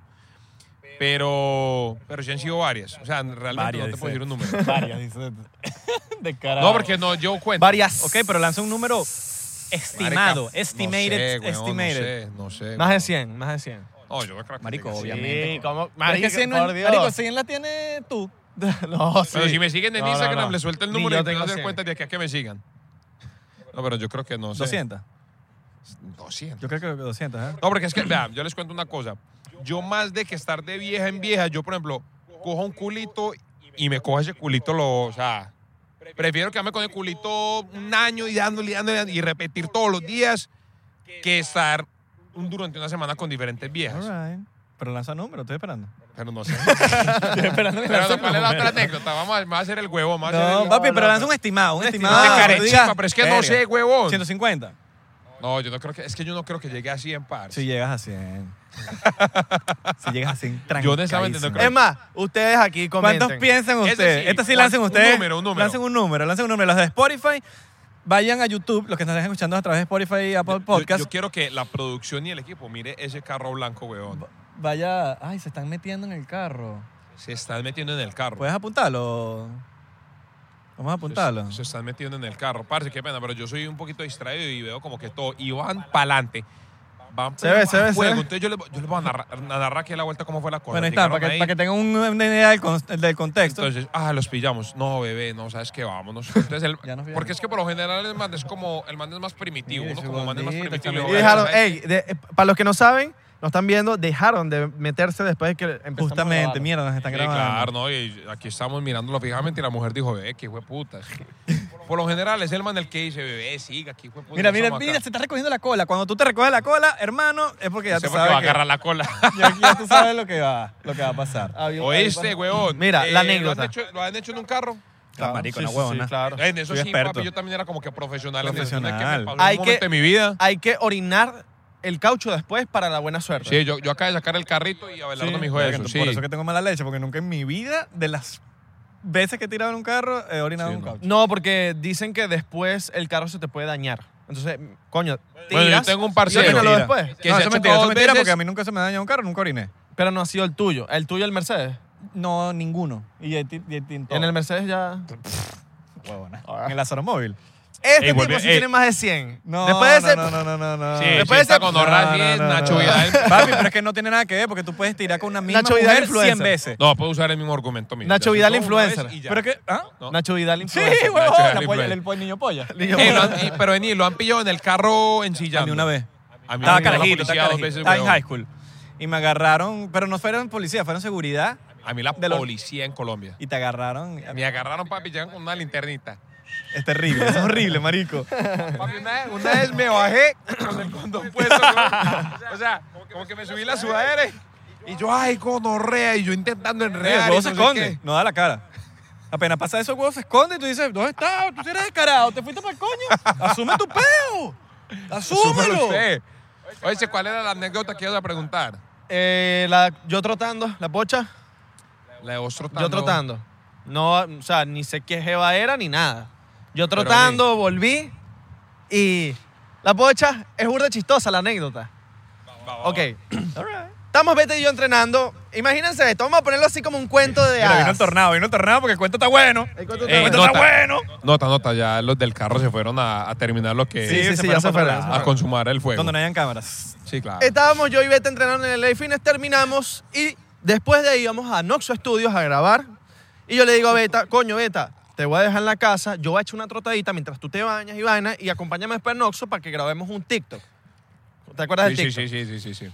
Speaker 4: Pero, pero sí han sido varias. O sea, realmente
Speaker 1: Varias,
Speaker 4: no te puedo
Speaker 1: dice.
Speaker 4: decir un número.
Speaker 1: varias, dice. De cara.
Speaker 4: No, porque no llevo cuenta.
Speaker 2: Varias.
Speaker 1: Ok, pero lanza un número estimado,
Speaker 4: Marica,
Speaker 1: estimated,
Speaker 4: no sé, weón,
Speaker 1: estimated.
Speaker 4: No sé, no sé.
Speaker 2: Más de
Speaker 4: weón.
Speaker 2: 100, más de 100.
Speaker 4: No, yo creo que
Speaker 1: Marico,
Speaker 4: sí.
Speaker 1: obviamente.
Speaker 2: Sí,
Speaker 1: Pero
Speaker 2: como...
Speaker 1: es que
Speaker 2: Marica,
Speaker 1: si en-
Speaker 2: por Dios.
Speaker 1: Marico, si en la tienes tú.
Speaker 2: no, sí.
Speaker 4: Pero si me siguen en
Speaker 2: No, no,
Speaker 4: Instagram,
Speaker 2: no.
Speaker 4: le suelto el
Speaker 2: Ni
Speaker 4: número
Speaker 2: yo
Speaker 4: y tengo
Speaker 2: tengo
Speaker 4: que hacer
Speaker 2: 100.
Speaker 4: cuenta de aquí a que me sigan. No, pero yo creo que no sé.
Speaker 1: 200.
Speaker 4: 200.
Speaker 1: Yo creo que 200, ¿eh?
Speaker 4: No, porque es que, vean, yo les cuento una cosa. Yo más de que estar de vieja en vieja, yo, por ejemplo, cojo un culito y me cojo ese culito, lo, o sea, prefiero quedarme con el culito un año y dándole, y dándole, y dándole, y repetir todos los días que estar un- durante una semana con diferentes viejas.
Speaker 1: All right. Pero lanza número, estoy esperando.
Speaker 4: Pero no sé.
Speaker 1: Estoy esperando que
Speaker 4: Pero
Speaker 1: lance
Speaker 4: no, ¿cuál es
Speaker 1: número.
Speaker 4: la otra anécdota? Vamos a, me va a hacer el huevo, vamos a hacer
Speaker 1: No,
Speaker 4: el-
Speaker 1: papi,
Speaker 2: no,
Speaker 1: pero
Speaker 2: no,
Speaker 1: lanza
Speaker 2: no.
Speaker 1: un estimado, un
Speaker 2: Un
Speaker 1: estimado.
Speaker 4: de
Speaker 2: estimado.
Speaker 1: que
Speaker 4: carechifa,
Speaker 1: diga,
Speaker 4: pero es que no
Speaker 1: verga,
Speaker 4: sé, huevón.
Speaker 1: 150.
Speaker 4: No, yo no creo que, es que yo no creo que llegue a 100 par.
Speaker 1: Si llegas a 100. si llegas a 100,
Speaker 4: Yo honestamente no
Speaker 1: trancadísimo.
Speaker 4: creo.
Speaker 2: Es más, ustedes aquí comenten.
Speaker 1: ¿Cuántos piensan
Speaker 4: Ese
Speaker 1: ustedes?
Speaker 4: sí,
Speaker 1: Este sí
Speaker 4: ¿cuánto?
Speaker 1: lancen
Speaker 4: Un
Speaker 1: ustedes.
Speaker 4: número, un número.
Speaker 1: Lancen un número, lancen un número. Los de Spotify, vayan a YouTube, los que están escuchando a través de Spotify y Apple
Speaker 4: Yo-
Speaker 1: Podcast.
Speaker 4: Yo, quiero que la producción y el equipo mire ese carro blanco, huevón.
Speaker 1: Vaya, ay, se están metiendo en el carro.
Speaker 4: Se están metiendo en el carro.
Speaker 1: ¿Puedes apuntarlo? Vamos a apuntarlo.
Speaker 4: Se, se están metiendo en el carro. Parce, qué pena, pero yo soy un poquito distraído y veo como que todo. Y van pa'lante. Van
Speaker 2: Se ve, se ve, se
Speaker 4: fuego.
Speaker 2: ve.
Speaker 4: Entonces yo les, voy- yo les voy a narrar, a narrar aquí a la vuelta cómo fue la cosa.
Speaker 1: Bueno, ahí está,
Speaker 4: Llegaron
Speaker 1: para que,
Speaker 4: ahí.
Speaker 1: para que tengan un- una idea del, con- del contexto.
Speaker 4: Entonces, ah, los pillamos. No, bebé, no, sabes que vámonos. Entonces, el-
Speaker 1: Ya nos pillamos.
Speaker 4: porque es que por lo general el man es como, el man es más primitivo.
Speaker 1: Mira
Speaker 4: Uno
Speaker 1: ese
Speaker 4: como man es más
Speaker 1: bandito,
Speaker 4: primitivo.
Speaker 1: está
Speaker 4: le
Speaker 2: Y
Speaker 4: va a-
Speaker 1: bien.
Speaker 2: dejaron, ey, de- eh, para los que no saben, no están viendo, dejaron de meterse después de que empezamos a
Speaker 1: Justamente,
Speaker 2: grabar.
Speaker 1: mierda, nos están
Speaker 4: Sí,
Speaker 1: grabando.
Speaker 4: claro, ¿no? Y aquí estamos mirándolo fijamente y la mujer dijo, bebé, qué hijo de putas. Por lo general es el man el que dice, bebé, siga, qué hijo de putas.
Speaker 1: Mira,
Speaker 4: no
Speaker 1: mira,
Speaker 4: estamos acá".
Speaker 1: mira, este se está recogiendo la cola. Cuando tú te recoges la cola, hermano, es porque ya
Speaker 4: Ese
Speaker 1: tú
Speaker 4: fue el que va a
Speaker 1: sabes,
Speaker 4: agarrar
Speaker 1: que,
Speaker 4: la cola.
Speaker 1: ya, ya tú sabes lo, que va, lo que va a pasar.
Speaker 2: Había un-
Speaker 4: Oíste, huevón. Eh,
Speaker 2: Mira, la
Speaker 4: ¿lo han
Speaker 2: anécdota.
Speaker 4: hecho- ¿Lo han hecho en un carro?
Speaker 2: Claro,
Speaker 1: marico,
Speaker 2: Ah, sí,
Speaker 1: una
Speaker 2: sí,
Speaker 1: huevona.
Speaker 2: sí, claro.
Speaker 4: En eso
Speaker 1: Soy
Speaker 4: sí,
Speaker 1: experto.
Speaker 4: papi, yo también era como que profesional. en eso.
Speaker 1: Profesional.
Speaker 4: Es que me pasó
Speaker 2: Hay
Speaker 4: un
Speaker 2: que-
Speaker 4: momento de mi vida.
Speaker 2: Hay que orinar el caucho después para la buena suerte.
Speaker 4: Sí, yo, yo acabé de sacar el carrito y Abelardo me dijo
Speaker 1: Verga,
Speaker 4: eso,
Speaker 1: Ah, Por
Speaker 4: sí.
Speaker 1: eso que tengo mala leche, porque nunca en mi vida, de las veces que he tirado en un carro, he orinado
Speaker 4: Sí,
Speaker 1: en un
Speaker 4: no.
Speaker 1: caucho.
Speaker 2: No, porque dicen que después el carro se te puede dañar. Entonces, coño, tiras
Speaker 4: Bueno, yo tengo un
Speaker 2: y
Speaker 4: parcero.
Speaker 2: orínalo
Speaker 1: Tira.
Speaker 2: después.
Speaker 4: Que
Speaker 1: no,
Speaker 4: se
Speaker 1: eso
Speaker 4: ha
Speaker 1: es mentira, eso
Speaker 4: chocado
Speaker 1: es
Speaker 4: dos
Speaker 1: mentira,
Speaker 4: veces.
Speaker 1: porque a mí nunca se me ha dañado un carro, nunca oriné.
Speaker 2: Pero no ha sido el tuyo. ¿El tuyo el Mercedes?
Speaker 1: No, ninguno. Y el ti- y el tinto.
Speaker 2: En el Mercedes ya...
Speaker 1: Huevona. En el Lázaro Móvil.
Speaker 2: Este
Speaker 4: Ey,
Speaker 2: tipo
Speaker 4: volvió-
Speaker 2: sí
Speaker 4: ey.
Speaker 2: tiene más de 100.
Speaker 1: No,
Speaker 2: después de ese...
Speaker 1: no, no, no, no, no.
Speaker 4: Sí,
Speaker 1: Después
Speaker 4: sí,
Speaker 2: de
Speaker 4: está
Speaker 2: ese-
Speaker 4: con Orras
Speaker 1: No, no,
Speaker 4: bien,
Speaker 1: no,
Speaker 4: Nacho
Speaker 1: no.
Speaker 4: Vidal.
Speaker 1: Papi, pero es que no tiene nada que ver porque tú puedes tirar con una misma
Speaker 2: Nacho Vidal
Speaker 1: mujer
Speaker 2: influencer.
Speaker 1: 100 veces.
Speaker 4: No, puedo usar el mismo argumento mío.
Speaker 2: Nacho
Speaker 4: Ya,
Speaker 2: Vidal
Speaker 4: yo una
Speaker 2: influencer.
Speaker 4: vez y ya.
Speaker 1: Pero que, ¿ah?
Speaker 4: No.
Speaker 2: Nacho Vidal
Speaker 1: Sí,
Speaker 2: influencer.
Speaker 1: huevón,
Speaker 4: Nacho Vidal
Speaker 1: la polla-
Speaker 4: influencer.
Speaker 1: el niño polla.
Speaker 4: Ey, lo han- y- pero vení, lo han pillado en el carro en
Speaker 1: A mí una vez.
Speaker 4: A mí
Speaker 1: Estaba
Speaker 4: me pilló la
Speaker 1: carajito,
Speaker 4: policía
Speaker 1: estaba
Speaker 4: dos
Speaker 1: carajito.
Speaker 4: veces,
Speaker 1: Estaba en
Speaker 4: weón.
Speaker 1: high school. Y me agarraron, pero no fueron policía, fueron seguridad.
Speaker 4: A mí la
Speaker 1: De los-
Speaker 4: policía en Colombia.
Speaker 1: Y te agarraron.
Speaker 4: Me agarraron, papi, llegan con una linternita.
Speaker 1: Es terrible, es horrible, marico.
Speaker 4: Papi, una vez, una vez me bajé con el condón puesto. weón. O sea, como que me subí la sudadera y- y yo, ay, gonorrea, y yo intentando
Speaker 1: El
Speaker 4: enredar.
Speaker 1: huevo
Speaker 4: y
Speaker 1: se
Speaker 4: no sé
Speaker 1: esconde, no da la cara. Apenas pasa eso, el huevo se esconde y tú dices, ¿dónde estás? Tú sí eres descarado, te fuiste para el coño. Asume tu peo.
Speaker 4: qué. Súmelo
Speaker 1: Asúmelo.
Speaker 4: usted. Oye, ¿cuál era la anécdota que ibas a preguntar?
Speaker 2: Eh, la, yo trotando, la pocha,
Speaker 4: La de vos trotando.
Speaker 2: yo trotando. No, o sea, ni sé qué jeva era ni nada. Yo
Speaker 4: Pero
Speaker 2: trotando, volví y la pocha es burda chistosa la anécdota.
Speaker 4: Va, va, va.
Speaker 2: Ok,
Speaker 1: All right.
Speaker 2: Estamos Vete y yo entrenando. Imagínense esto, vamos a ponerlo así como un cuento de
Speaker 1: Mira, vino el
Speaker 2: hadas. Eh,
Speaker 1: tornado, vino el tornado porque el cuento está bueno.
Speaker 2: El cuento
Speaker 1: El cuento
Speaker 2: está bueno.
Speaker 1: está bueno.
Speaker 4: Nota, nota, ya los del carro se fueron a, a terminar lo que
Speaker 2: Sí, sí, sí,
Speaker 1: se
Speaker 2: ya
Speaker 1: fueron
Speaker 2: se
Speaker 1: para
Speaker 2: fueron.
Speaker 1: atrás.
Speaker 4: a consumar el fuego.
Speaker 1: Donde no hayan cámaras.
Speaker 4: Sí, claro.
Speaker 2: Estábamos yo y Vete entrenando en el LA Fitness, terminamos y después de ahí íbamos a Noxo Studios a grabar. Y yo le digo a Beta, coño, Beta, te voy a dejar en la casa, yo voy a echar una trotadita mientras tú te bañas y vainas y acompáñame después a Noxo para que grabemos un TikTok. ¿Te acuerdas
Speaker 4: Sí,
Speaker 2: del
Speaker 4: sí,
Speaker 2: TikTok?
Speaker 4: sí, sí, sí, sí, sí.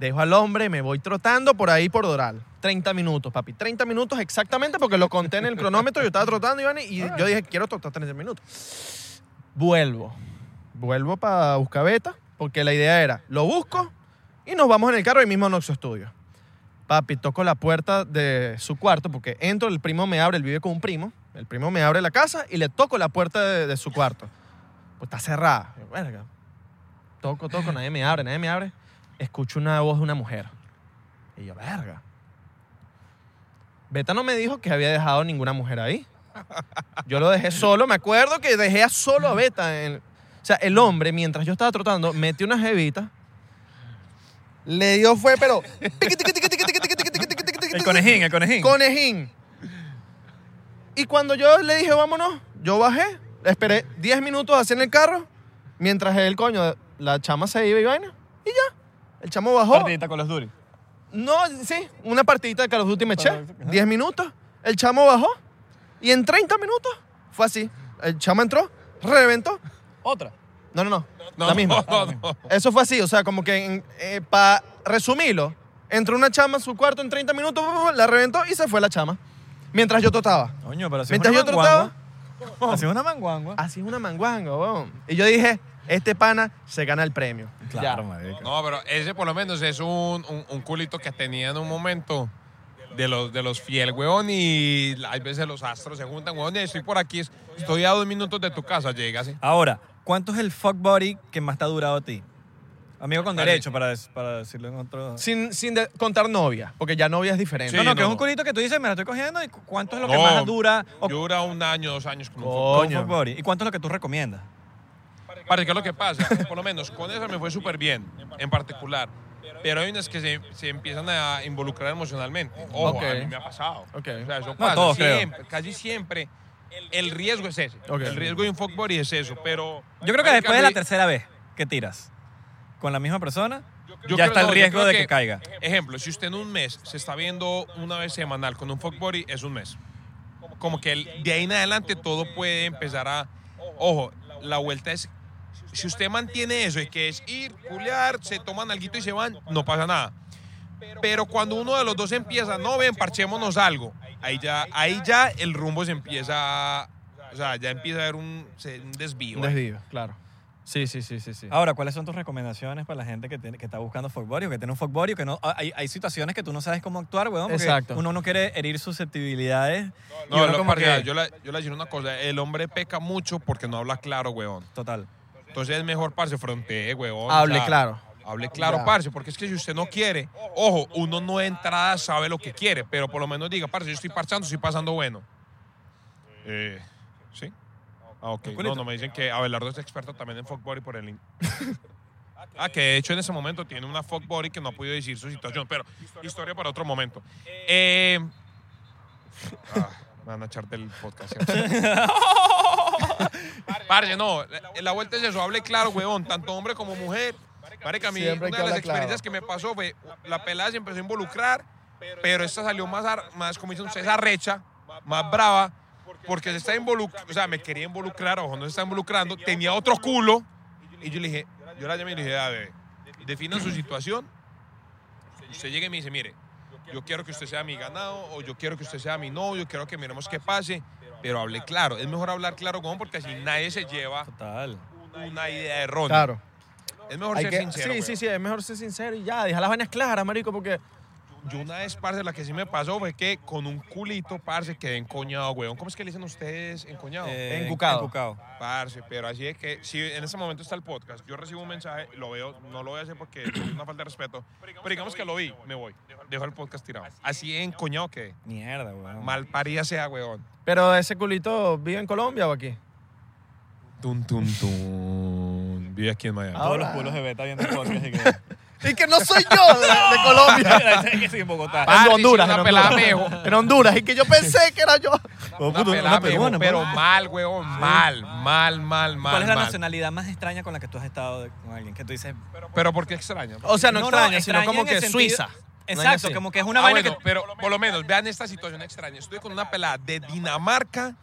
Speaker 2: Dejo al hombre, me voy trotando por ahí por Doral. 30 minutos, papi. 30 minutos exactamente porque lo conté en el cronómetro. Yo estaba trotando, Iván, y yo dije, quiero trotar 30 minutos. Vuelvo. Vuelvo para Buscabeta porque la idea era, lo busco y nos vamos en el carro ahí mismo a Noxo Studio. Papi, toco la puerta de su cuarto porque entro, el primo me abre, él vive con un primo. El primo me abre la casa y le toco la puerta de, de su cuarto. Pues está cerrada. Yo, verga. Toco, toco, nadie me abre, nadie me abre escucho una voz de una mujer. Y yo, verga. Beta no me dijo que había dejado ninguna mujer ahí. Yo lo dejé solo. Me acuerdo que dejé a solo a Beta. en- o sea, el hombre, mientras yo estaba trotando, metió una jevita. Le dio fue, pero... tiqui, tiqui, tiqui, tiqui, tiqui, tiqui, tiqui, tiqui, tiqui, tiqui,
Speaker 1: El
Speaker 2: tiqui,
Speaker 1: conejín, el conejín.
Speaker 2: Conejín. Y cuando yo le dije, vámonos, yo bajé, esperé 10 minutos así en el carro, mientras el coño, la chama se iba y vaina, y ya. El chamo bajó.
Speaker 1: Partidita con los duris.
Speaker 2: No, sí, una partidita de Call of Duty me eché,
Speaker 1: Perfecto, ajá.
Speaker 2: 10 minutos, el chamo bajó, y en 30 minutos fue así. El chamo entró, reventó.
Speaker 1: Otra.
Speaker 2: No, no, no,
Speaker 4: No,
Speaker 2: la misma.
Speaker 4: No, no, no.
Speaker 2: Eso fue así, o sea, como que para resumirlo, entró una chama en su cuarto en 30 minutos, pu, pu, pu, la reventó y se fue la chama. Mientras yo totaba.
Speaker 1: Coño, pero así es
Speaker 2: Mientras
Speaker 1: una
Speaker 2: yo trotaba,
Speaker 1: manguangua. Así es una manguangua.
Speaker 2: así es una manguango, weón. Y yo dije, este pana se gana el premio.
Speaker 1: Claro, marica.
Speaker 4: No, pero ese por lo menos es un, un, un culito que tenía en un momento de los, de los fiel, weón, y hay veces los astros se juntan, weón, y estoy por aquí, estoy a dos minutos de tu casa, llegas. ¿eh?
Speaker 1: Ahora, ¿cuánto es el fuck body que más te ha durado a ti? Amigo con
Speaker 4: Dale.
Speaker 1: derecho, para, des- para decirlo en otro...
Speaker 2: Sin, sin de- contar novia, porque ya novia es diferente.
Speaker 1: no,
Speaker 4: Sí,
Speaker 1: no, que
Speaker 4: no.
Speaker 1: es un culito que tú dices, me la estoy cogiendo, ¿y cu- cuánto es lo que
Speaker 4: No,
Speaker 1: más dura? O,
Speaker 4: Dura un año, dos años con un
Speaker 2: Oh.
Speaker 1: con un
Speaker 2: coño.
Speaker 1: fuck body? ¿Y cuánto es lo que tú recomiendas?
Speaker 4: Parce, ¿qué es lo que pasa? Por lo menos con esa me fue súper bien, en particular. Pero hay unas que se, se empiezan a involucrar emocionalmente. Ojo,
Speaker 2: Ok.
Speaker 4: a mí me ha pasado.
Speaker 2: Ok.
Speaker 4: O sea, eso
Speaker 1: No,
Speaker 4: pasa
Speaker 1: todos, creo.
Speaker 4: siempre, casi siempre. El riesgo es ese.
Speaker 2: Ok.
Speaker 4: El riesgo de un fuckboy es eso, pero...
Speaker 1: Yo creo que después de la
Speaker 4: tercera
Speaker 1: tercera vez que tiras con la misma persona,
Speaker 4: Yo
Speaker 1: ya
Speaker 4: creo-
Speaker 1: está el
Speaker 4: no, yo
Speaker 1: riesgo
Speaker 4: creo
Speaker 1: de que caiga.
Speaker 4: Ejemplo, si usted en un mes se está viendo una vez semanal con un fuckbody, es un mes. Como que el- de ahí en adelante todo puede empezar a... Ojo, la vuelta es... Si usted mantiene eso, y que es ir, culear, se toman alguito y se van, no pasa nada. Pero cuando uno de los dos empieza, no ven, parchémonos algo. Ahí ya, ahí ya el rumbo se empieza... O sea, ya empieza a haber un, se- un desvío.
Speaker 2: Un desvío, claro. Sí, sí, sí, sí, sí.
Speaker 1: Ahora, ¿cuáles son tus recomendaciones para la gente que, tiene- que está buscando fuck body o que tiene un fuck body o que no... Ah, Hay, hay situaciones que tú no sabes cómo actuar, weón, porque
Speaker 2: Exacto.
Speaker 1: uno no quiere herir susceptibilidades. y
Speaker 4: No,
Speaker 1: uno
Speaker 4: lo-
Speaker 1: como
Speaker 4: parce,
Speaker 1: que-
Speaker 4: yo le yo le voy a decir una cosa. El hombre peca mucho porque no habla claro, weón.
Speaker 1: Total.
Speaker 4: Entonces es mejor, parce, frontee, huevón.
Speaker 1: Ah,
Speaker 2: Hable
Speaker 4: o sea,
Speaker 2: claro.
Speaker 4: Hable claro,
Speaker 2: Ya.
Speaker 4: parce, porque es que si usted no quiere, ojo, uno no de entrada sabe lo que quiere, pero por lo menos diga, parce, yo estoy parchando, estoy pasando bueno. Eh, ¿Sí? Ah, ok. No, no, me dicen que Abelardo es experto también en fuckbody por el link. Ah, que de hecho en ese momento tiene una fuckbody que no ha podido decir su situación, pero historia para otro momento. Eh, ah, me van a echar del podcast. ¿cierto? Parce, no, la, la vuelta es eso, hable claro, huevón, tanto hombre como mujer. Marica, a mí
Speaker 2: Siempre hay
Speaker 4: una
Speaker 2: que
Speaker 4: de las
Speaker 2: hablar claro.
Speaker 4: experiencias que me pasó fue, la pelada se empezó a involucrar, pero esta salió más, ar- más como dicen ustedes, arrecha, más brava, porque se está involucrando, o sea, me quería involucrar, ojo, no se está involucrando, tenía otro culo, y yo le dije, yo la llamé y le dije, a ver, defina su situación, usted llega y me dice, mire, yo quiero que usted sea mi ganado, o yo quiero que usted sea mi novio, quiero que miremos qué pase, pero hable claro. Es mejor hablar claro, huevón, porque así nadie se lleva
Speaker 1: Total.
Speaker 4: una idea errónea.
Speaker 2: Claro.
Speaker 4: Es mejor
Speaker 2: Hay
Speaker 4: ser
Speaker 2: que-
Speaker 4: sincero.
Speaker 2: sí,
Speaker 4: huevón.
Speaker 2: sí, sí, es mejor ser sincero y ya, deja las vainas claras, marico, porque
Speaker 4: Yo una vez, parce, la que sí me pasó fue que con un culito, parce, quedé encoñado, weón. ¿Cómo es que le dicen ustedes encoñado?
Speaker 1: Eh,
Speaker 2: Encucado.
Speaker 1: encucado.
Speaker 4: Parce, pero así es que, si en ese momento está el podcast, yo recibo un mensaje, lo veo, no lo voy a hacer porque es una falta de respeto, pero digamos que lo vi, me voy, dejo el podcast tirado. Así encoñado que,
Speaker 1: Mierda, weón.
Speaker 4: mal parida sea, weón.
Speaker 2: pero ese culito vive en Colombia o aquí.
Speaker 4: Tun, tun, tun. Vive aquí en Miami.
Speaker 1: Todos
Speaker 2: Ahora. Ah,
Speaker 1: los culos de beta viendo el podcast y que...
Speaker 2: Y que no soy yo de, de Colombia.
Speaker 1: que sí, en Bogotá.
Speaker 4: Ah,
Speaker 2: en
Speaker 4: dice
Speaker 2: Honduras.
Speaker 4: una
Speaker 2: en
Speaker 4: pelada
Speaker 2: Honduras.
Speaker 4: mejo.
Speaker 2: En Honduras. Y que yo pensé que era yo.
Speaker 1: Oh,
Speaker 4: Una
Speaker 1: puto,
Speaker 4: pelada,
Speaker 1: una
Speaker 4: mijo,
Speaker 1: peruana,
Speaker 4: pero
Speaker 2: pues.
Speaker 1: mano.
Speaker 4: mal, huevón, mal, mal, mal, mal.
Speaker 1: ¿Cuál es la
Speaker 4: mal.
Speaker 1: nacionalidad más extraña con la que tú has estado de- con alguien? Que tú dices.
Speaker 4: Pero ¿por qué extraño?
Speaker 2: O sea, no, extraña,
Speaker 1: extraña
Speaker 2: sino como
Speaker 1: en el
Speaker 2: que
Speaker 1: sentido-
Speaker 2: Suiza. Una vaina
Speaker 1: Exacto,
Speaker 2: así.
Speaker 1: como que es una
Speaker 4: Ah,
Speaker 1: vaina
Speaker 4: bueno,
Speaker 1: que.
Speaker 4: pero por lo menos vean esta situación extraña. Estuve con una pelada de Dinamarca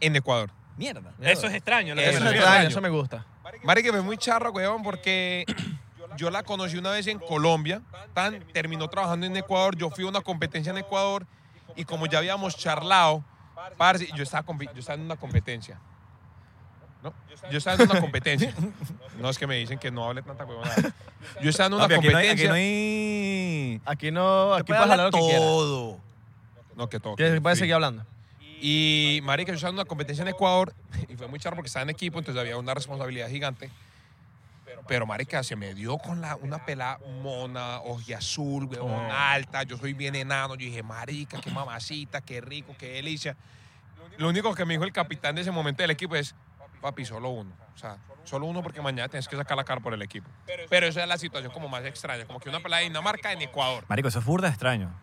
Speaker 4: en Ecuador.
Speaker 1: Mierda.
Speaker 2: Mierda.
Speaker 1: Eso es extraño. lo que
Speaker 4: Eso
Speaker 1: me
Speaker 2: Eso es
Speaker 1: refiero.
Speaker 2: extraño, eso me gusta.
Speaker 4: Mari que fue muy charra, huevón, porque yo la conocí una vez en Colombia, tan, terminó trabajando en Ecuador, yo fui a una competencia en Ecuador y como ya habíamos charlado, parce, yo estaba, compi- yo estaba en una competencia. ¿No? Yo estaba en una competencia. No es que me dicen que no hable tanta huevona. Yo estaba en una
Speaker 1: Papi, aquí no hay-
Speaker 4: competencia.
Speaker 1: Aquí no hay.
Speaker 2: Aquí no,
Speaker 1: Te
Speaker 2: aquí
Speaker 1: puede
Speaker 2: puedes hablar
Speaker 1: hablar
Speaker 2: lo que quieras.
Speaker 1: todo.
Speaker 4: No, que todo.
Speaker 2: Que Puedes
Speaker 4: Sí.
Speaker 2: seguir hablando.
Speaker 4: Y marica, yo estaba en una competencia en Ecuador y fue muy charro porque estaba en equipo, entonces había una responsabilidad gigante. Pero marica, se me dio con la, una pelada mona, ojiazul, huevón, alta. Yo soy bien enano. Yo dije, marica, qué mamacita, qué rico, qué delicia. Lo único que me dijo el capitán de ese momento del equipo es, papi, solo uno. O sea, solo uno porque mañana tienes que sacar la cara por el equipo. Pero esa es la situación como más extraña, como que una pelada de Dinamarca en Ecuador.
Speaker 1: Marico, eso es burda extraño.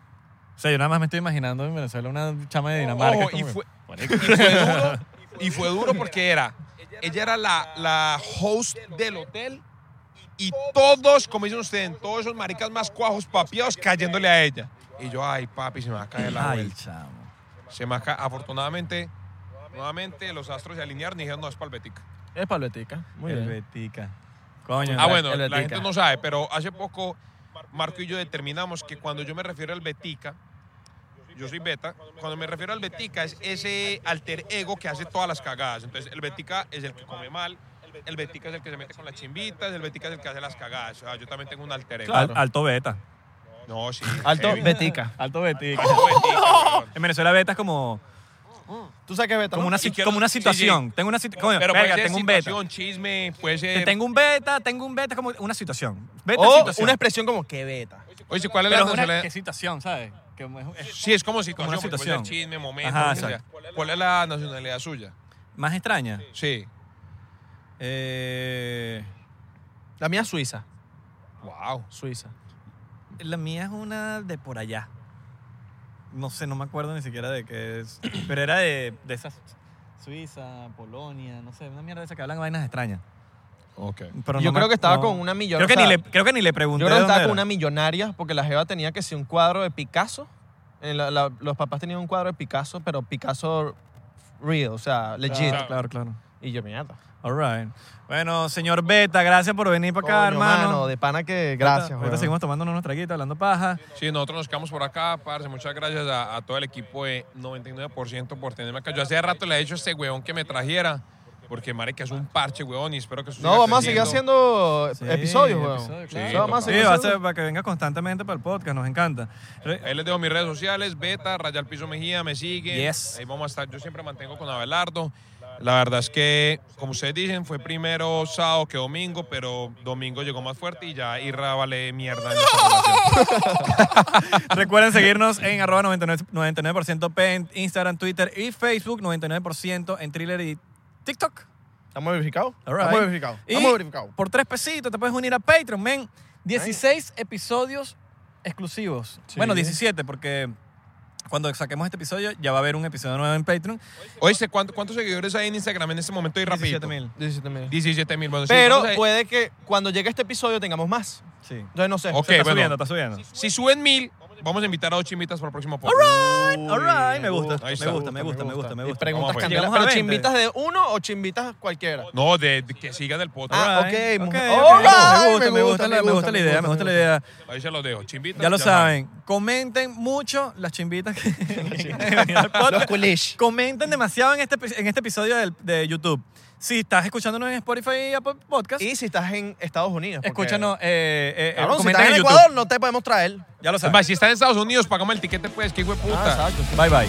Speaker 1: O sea, yo nada más me estoy imaginando en Venezuela una chama de Dinamarca.
Speaker 4: Ojo,
Speaker 1: es como
Speaker 4: Oh, y
Speaker 1: que, marico,
Speaker 4: fue- y fue duro, y fue duro porque era, ella era la, la host del hotel y todos, como dicen ustedes, todos esos maricas más cuajos papiados cayéndole a ella. Y yo, ay papi, se me va a caer la
Speaker 1: Ay,
Speaker 4: vuelta.
Speaker 1: chamo.
Speaker 4: Se me va a ca- Afortunadamente, nuevamente los astros se alinearon y dijeron, no, es palbetica.
Speaker 2: Es palbetica. Muy bien.
Speaker 1: Helvética. Coño.
Speaker 4: Ah, bueno,
Speaker 2: el
Speaker 4: la
Speaker 2: Betica.
Speaker 4: gente no sabe, pero hace poco Marco y yo determinamos que cuando yo me refiero al Betica, yo soy beta, cuando me refiero al Betica es ese alter ego que hace todas las cagadas. Entonces, el Betica es el que come mal, el Betica es el que se mete con las chimbitas, el Betica es el que hace las cagadas. O sea, yo también tengo un alter ego.
Speaker 1: Al- alto beta.
Speaker 4: No, sí.
Speaker 1: Ah,
Speaker 2: Alto,
Speaker 4: heavy.
Speaker 2: betica.
Speaker 1: Alto betica.
Speaker 4: Betica, weón.
Speaker 1: En Venezuela beta es como,
Speaker 2: Tú sabes que beta,
Speaker 1: como, una,
Speaker 4: si
Speaker 1: si-
Speaker 4: quiero-
Speaker 1: como una
Speaker 4: sí, sí.
Speaker 1: situación. Tengo una situación.
Speaker 4: Pero puede
Speaker 1: Verga,
Speaker 4: ser
Speaker 1: tengo un beta.
Speaker 4: situación, eh. chisme, puede
Speaker 1: Te
Speaker 4: ser...
Speaker 1: Tengo un beta, tengo un beta, es como una situación. Beta es
Speaker 2: O
Speaker 1: situación.
Speaker 2: una expresión como que beta.
Speaker 4: Oye, ¿cuál
Speaker 1: Pero
Speaker 4: es la
Speaker 1: es una
Speaker 4: nacionalidad?
Speaker 1: que situación, ¿sabes? Que es- es
Speaker 4: Sí, es como situación.
Speaker 1: una
Speaker 4: porque puede
Speaker 1: situación.
Speaker 4: ser chisme, momento.
Speaker 1: Ajá,
Speaker 4: o sea,
Speaker 1: exacto.
Speaker 4: ¿Cuál es la nacionalidad suya?
Speaker 1: más extraña.
Speaker 4: Sí.
Speaker 1: Eh,
Speaker 2: La mía es suiza.
Speaker 4: Wow.
Speaker 2: Suiza.
Speaker 1: la mía es una de por allá. No sé, no me acuerdo ni siquiera de qué es. Pero era de, de esas. Suiza, Polonia, no sé, una mierda de esa que hablan vainas extrañas.
Speaker 4: Ok.
Speaker 1: Pero
Speaker 2: yo
Speaker 1: no me-
Speaker 2: creo que estaba
Speaker 1: no.
Speaker 2: con una millonaria.
Speaker 1: Creo que, ni le, creo que ni le pregunté.
Speaker 2: Yo creo que
Speaker 1: dónde
Speaker 2: estaba
Speaker 1: era.
Speaker 2: con una millonaria porque la jeva tenía que ser un cuadro de Picasso. En la- la- los papás tenían un cuadro de Picasso, pero Picasso real, o sea, legit.
Speaker 1: Claro, claro, claro.
Speaker 2: Y yo, mierda.
Speaker 1: All right. Bueno, señor Beta, gracias por venir para acá,
Speaker 2: Coño,
Speaker 1: hermano.
Speaker 2: mano, de pana que
Speaker 1: Ahorita-
Speaker 2: gracias,
Speaker 1: Ahorita
Speaker 2: weón.
Speaker 1: seguimos tomando unos traguitos, hablando paja.
Speaker 4: Sí, nosotros nos quedamos por acá, parce. Muchas gracias a, a todo el equipo de 99% por tenerme acá. Yo hace rato le he dicho a este huevón que me trajera, porque marica es un parche, huevón, y espero que eso
Speaker 2: No,
Speaker 4: siga
Speaker 2: vamos a seguir
Speaker 4: creciendo.
Speaker 2: haciendo
Speaker 1: Sí,
Speaker 2: episodios, weón.
Speaker 1: episodios,
Speaker 4: claro.
Speaker 2: O sea, vamos a
Speaker 4: Sí,
Speaker 1: Sí,
Speaker 2: seguir
Speaker 1: va a
Speaker 2: haciendo-
Speaker 1: ser para que venga constantemente para el podcast, nos encanta. Re-
Speaker 4: Ahí les dejo mis redes sociales, Beta, Rayal Piso Mejía, me siguen.
Speaker 1: Yes.
Speaker 4: Ahí vamos a estar. Yo siempre mantengo con Abelardo. La verdad es que, como ustedes dicen, fue primero sábado que domingo, pero domingo llegó más fuerte y ya Irra vale mierda en esta relación.
Speaker 1: Recuerden seguirnos en arroba 99%, 99% P en Instagram, Twitter y Facebook, 99% en Thriller y TikTok.
Speaker 2: Estamos verificados.
Speaker 1: All right.
Speaker 2: Estamos verificados.
Speaker 1: Y
Speaker 2: Estamos verificados.
Speaker 1: por tres pesitos te puedes unir a Patreon, men. 16 episodios exclusivos.
Speaker 2: Sí.
Speaker 1: Bueno, 17, porque cuando saquemos este episodio ya va a haber un episodio nuevo en Patreon.
Speaker 4: Oíste, ¿cuánto- ¿cuántos seguidores hay en Instagram en este momento? Y rapidito.
Speaker 1: 17.000.
Speaker 2: 17 mil.
Speaker 4: 17 mil. Bueno, sí,
Speaker 2: Pero
Speaker 4: entonces,
Speaker 2: puede que cuando llegue este episodio tengamos más.
Speaker 1: Sí.
Speaker 2: Entonces no sé.
Speaker 4: Ok.
Speaker 1: está
Speaker 4: bueno.
Speaker 1: subiendo, está subiendo.
Speaker 4: si suben mil, vamos a invitar a ocho invitados para el próximo podcast.
Speaker 1: All right, me gusta,
Speaker 4: Ahí
Speaker 1: me
Speaker 4: está.
Speaker 1: gusta, me gusta, me gusta, me gusta.
Speaker 2: Y
Speaker 4: Vamos,
Speaker 2: preguntas
Speaker 4: pues.
Speaker 2: candelas,
Speaker 1: Llegamos a
Speaker 2: pero
Speaker 1: 20.
Speaker 2: chimbitas de uno o chimbitas cualquiera.
Speaker 4: No, de, de que sigan el podcast.
Speaker 2: Ah,
Speaker 1: Alright,
Speaker 2: ok, mujer.
Speaker 1: ok,
Speaker 2: Alright,
Speaker 1: Me gusta, me gusta, la- me gusta la idea, me gusta la idea.
Speaker 4: Ahí se los dejo. Chimbitas.
Speaker 1: Ya lo
Speaker 4: saben.
Speaker 1: saben. Comenten mucho las chimbitas que. Los
Speaker 2: culish.
Speaker 1: Comenten demasiado en este, epi- en este episodio del- de YouTube. Si estás escuchándonos en Spotify y Apple Podcast,
Speaker 2: Y si estás en Estados Unidos. porque-
Speaker 1: escúchanos. Eh, eh, eh,
Speaker 2: Cabrón, si
Speaker 1: comenta
Speaker 2: estás en
Speaker 1: en YouTube.
Speaker 2: Ecuador, no te podemos traer.
Speaker 1: Ya lo
Speaker 4: Es
Speaker 1: saben. Ah,
Speaker 4: más, si están en Estados Unidos, pagame el tiquete, pues, que hijo de puta.
Speaker 1: Bye bye.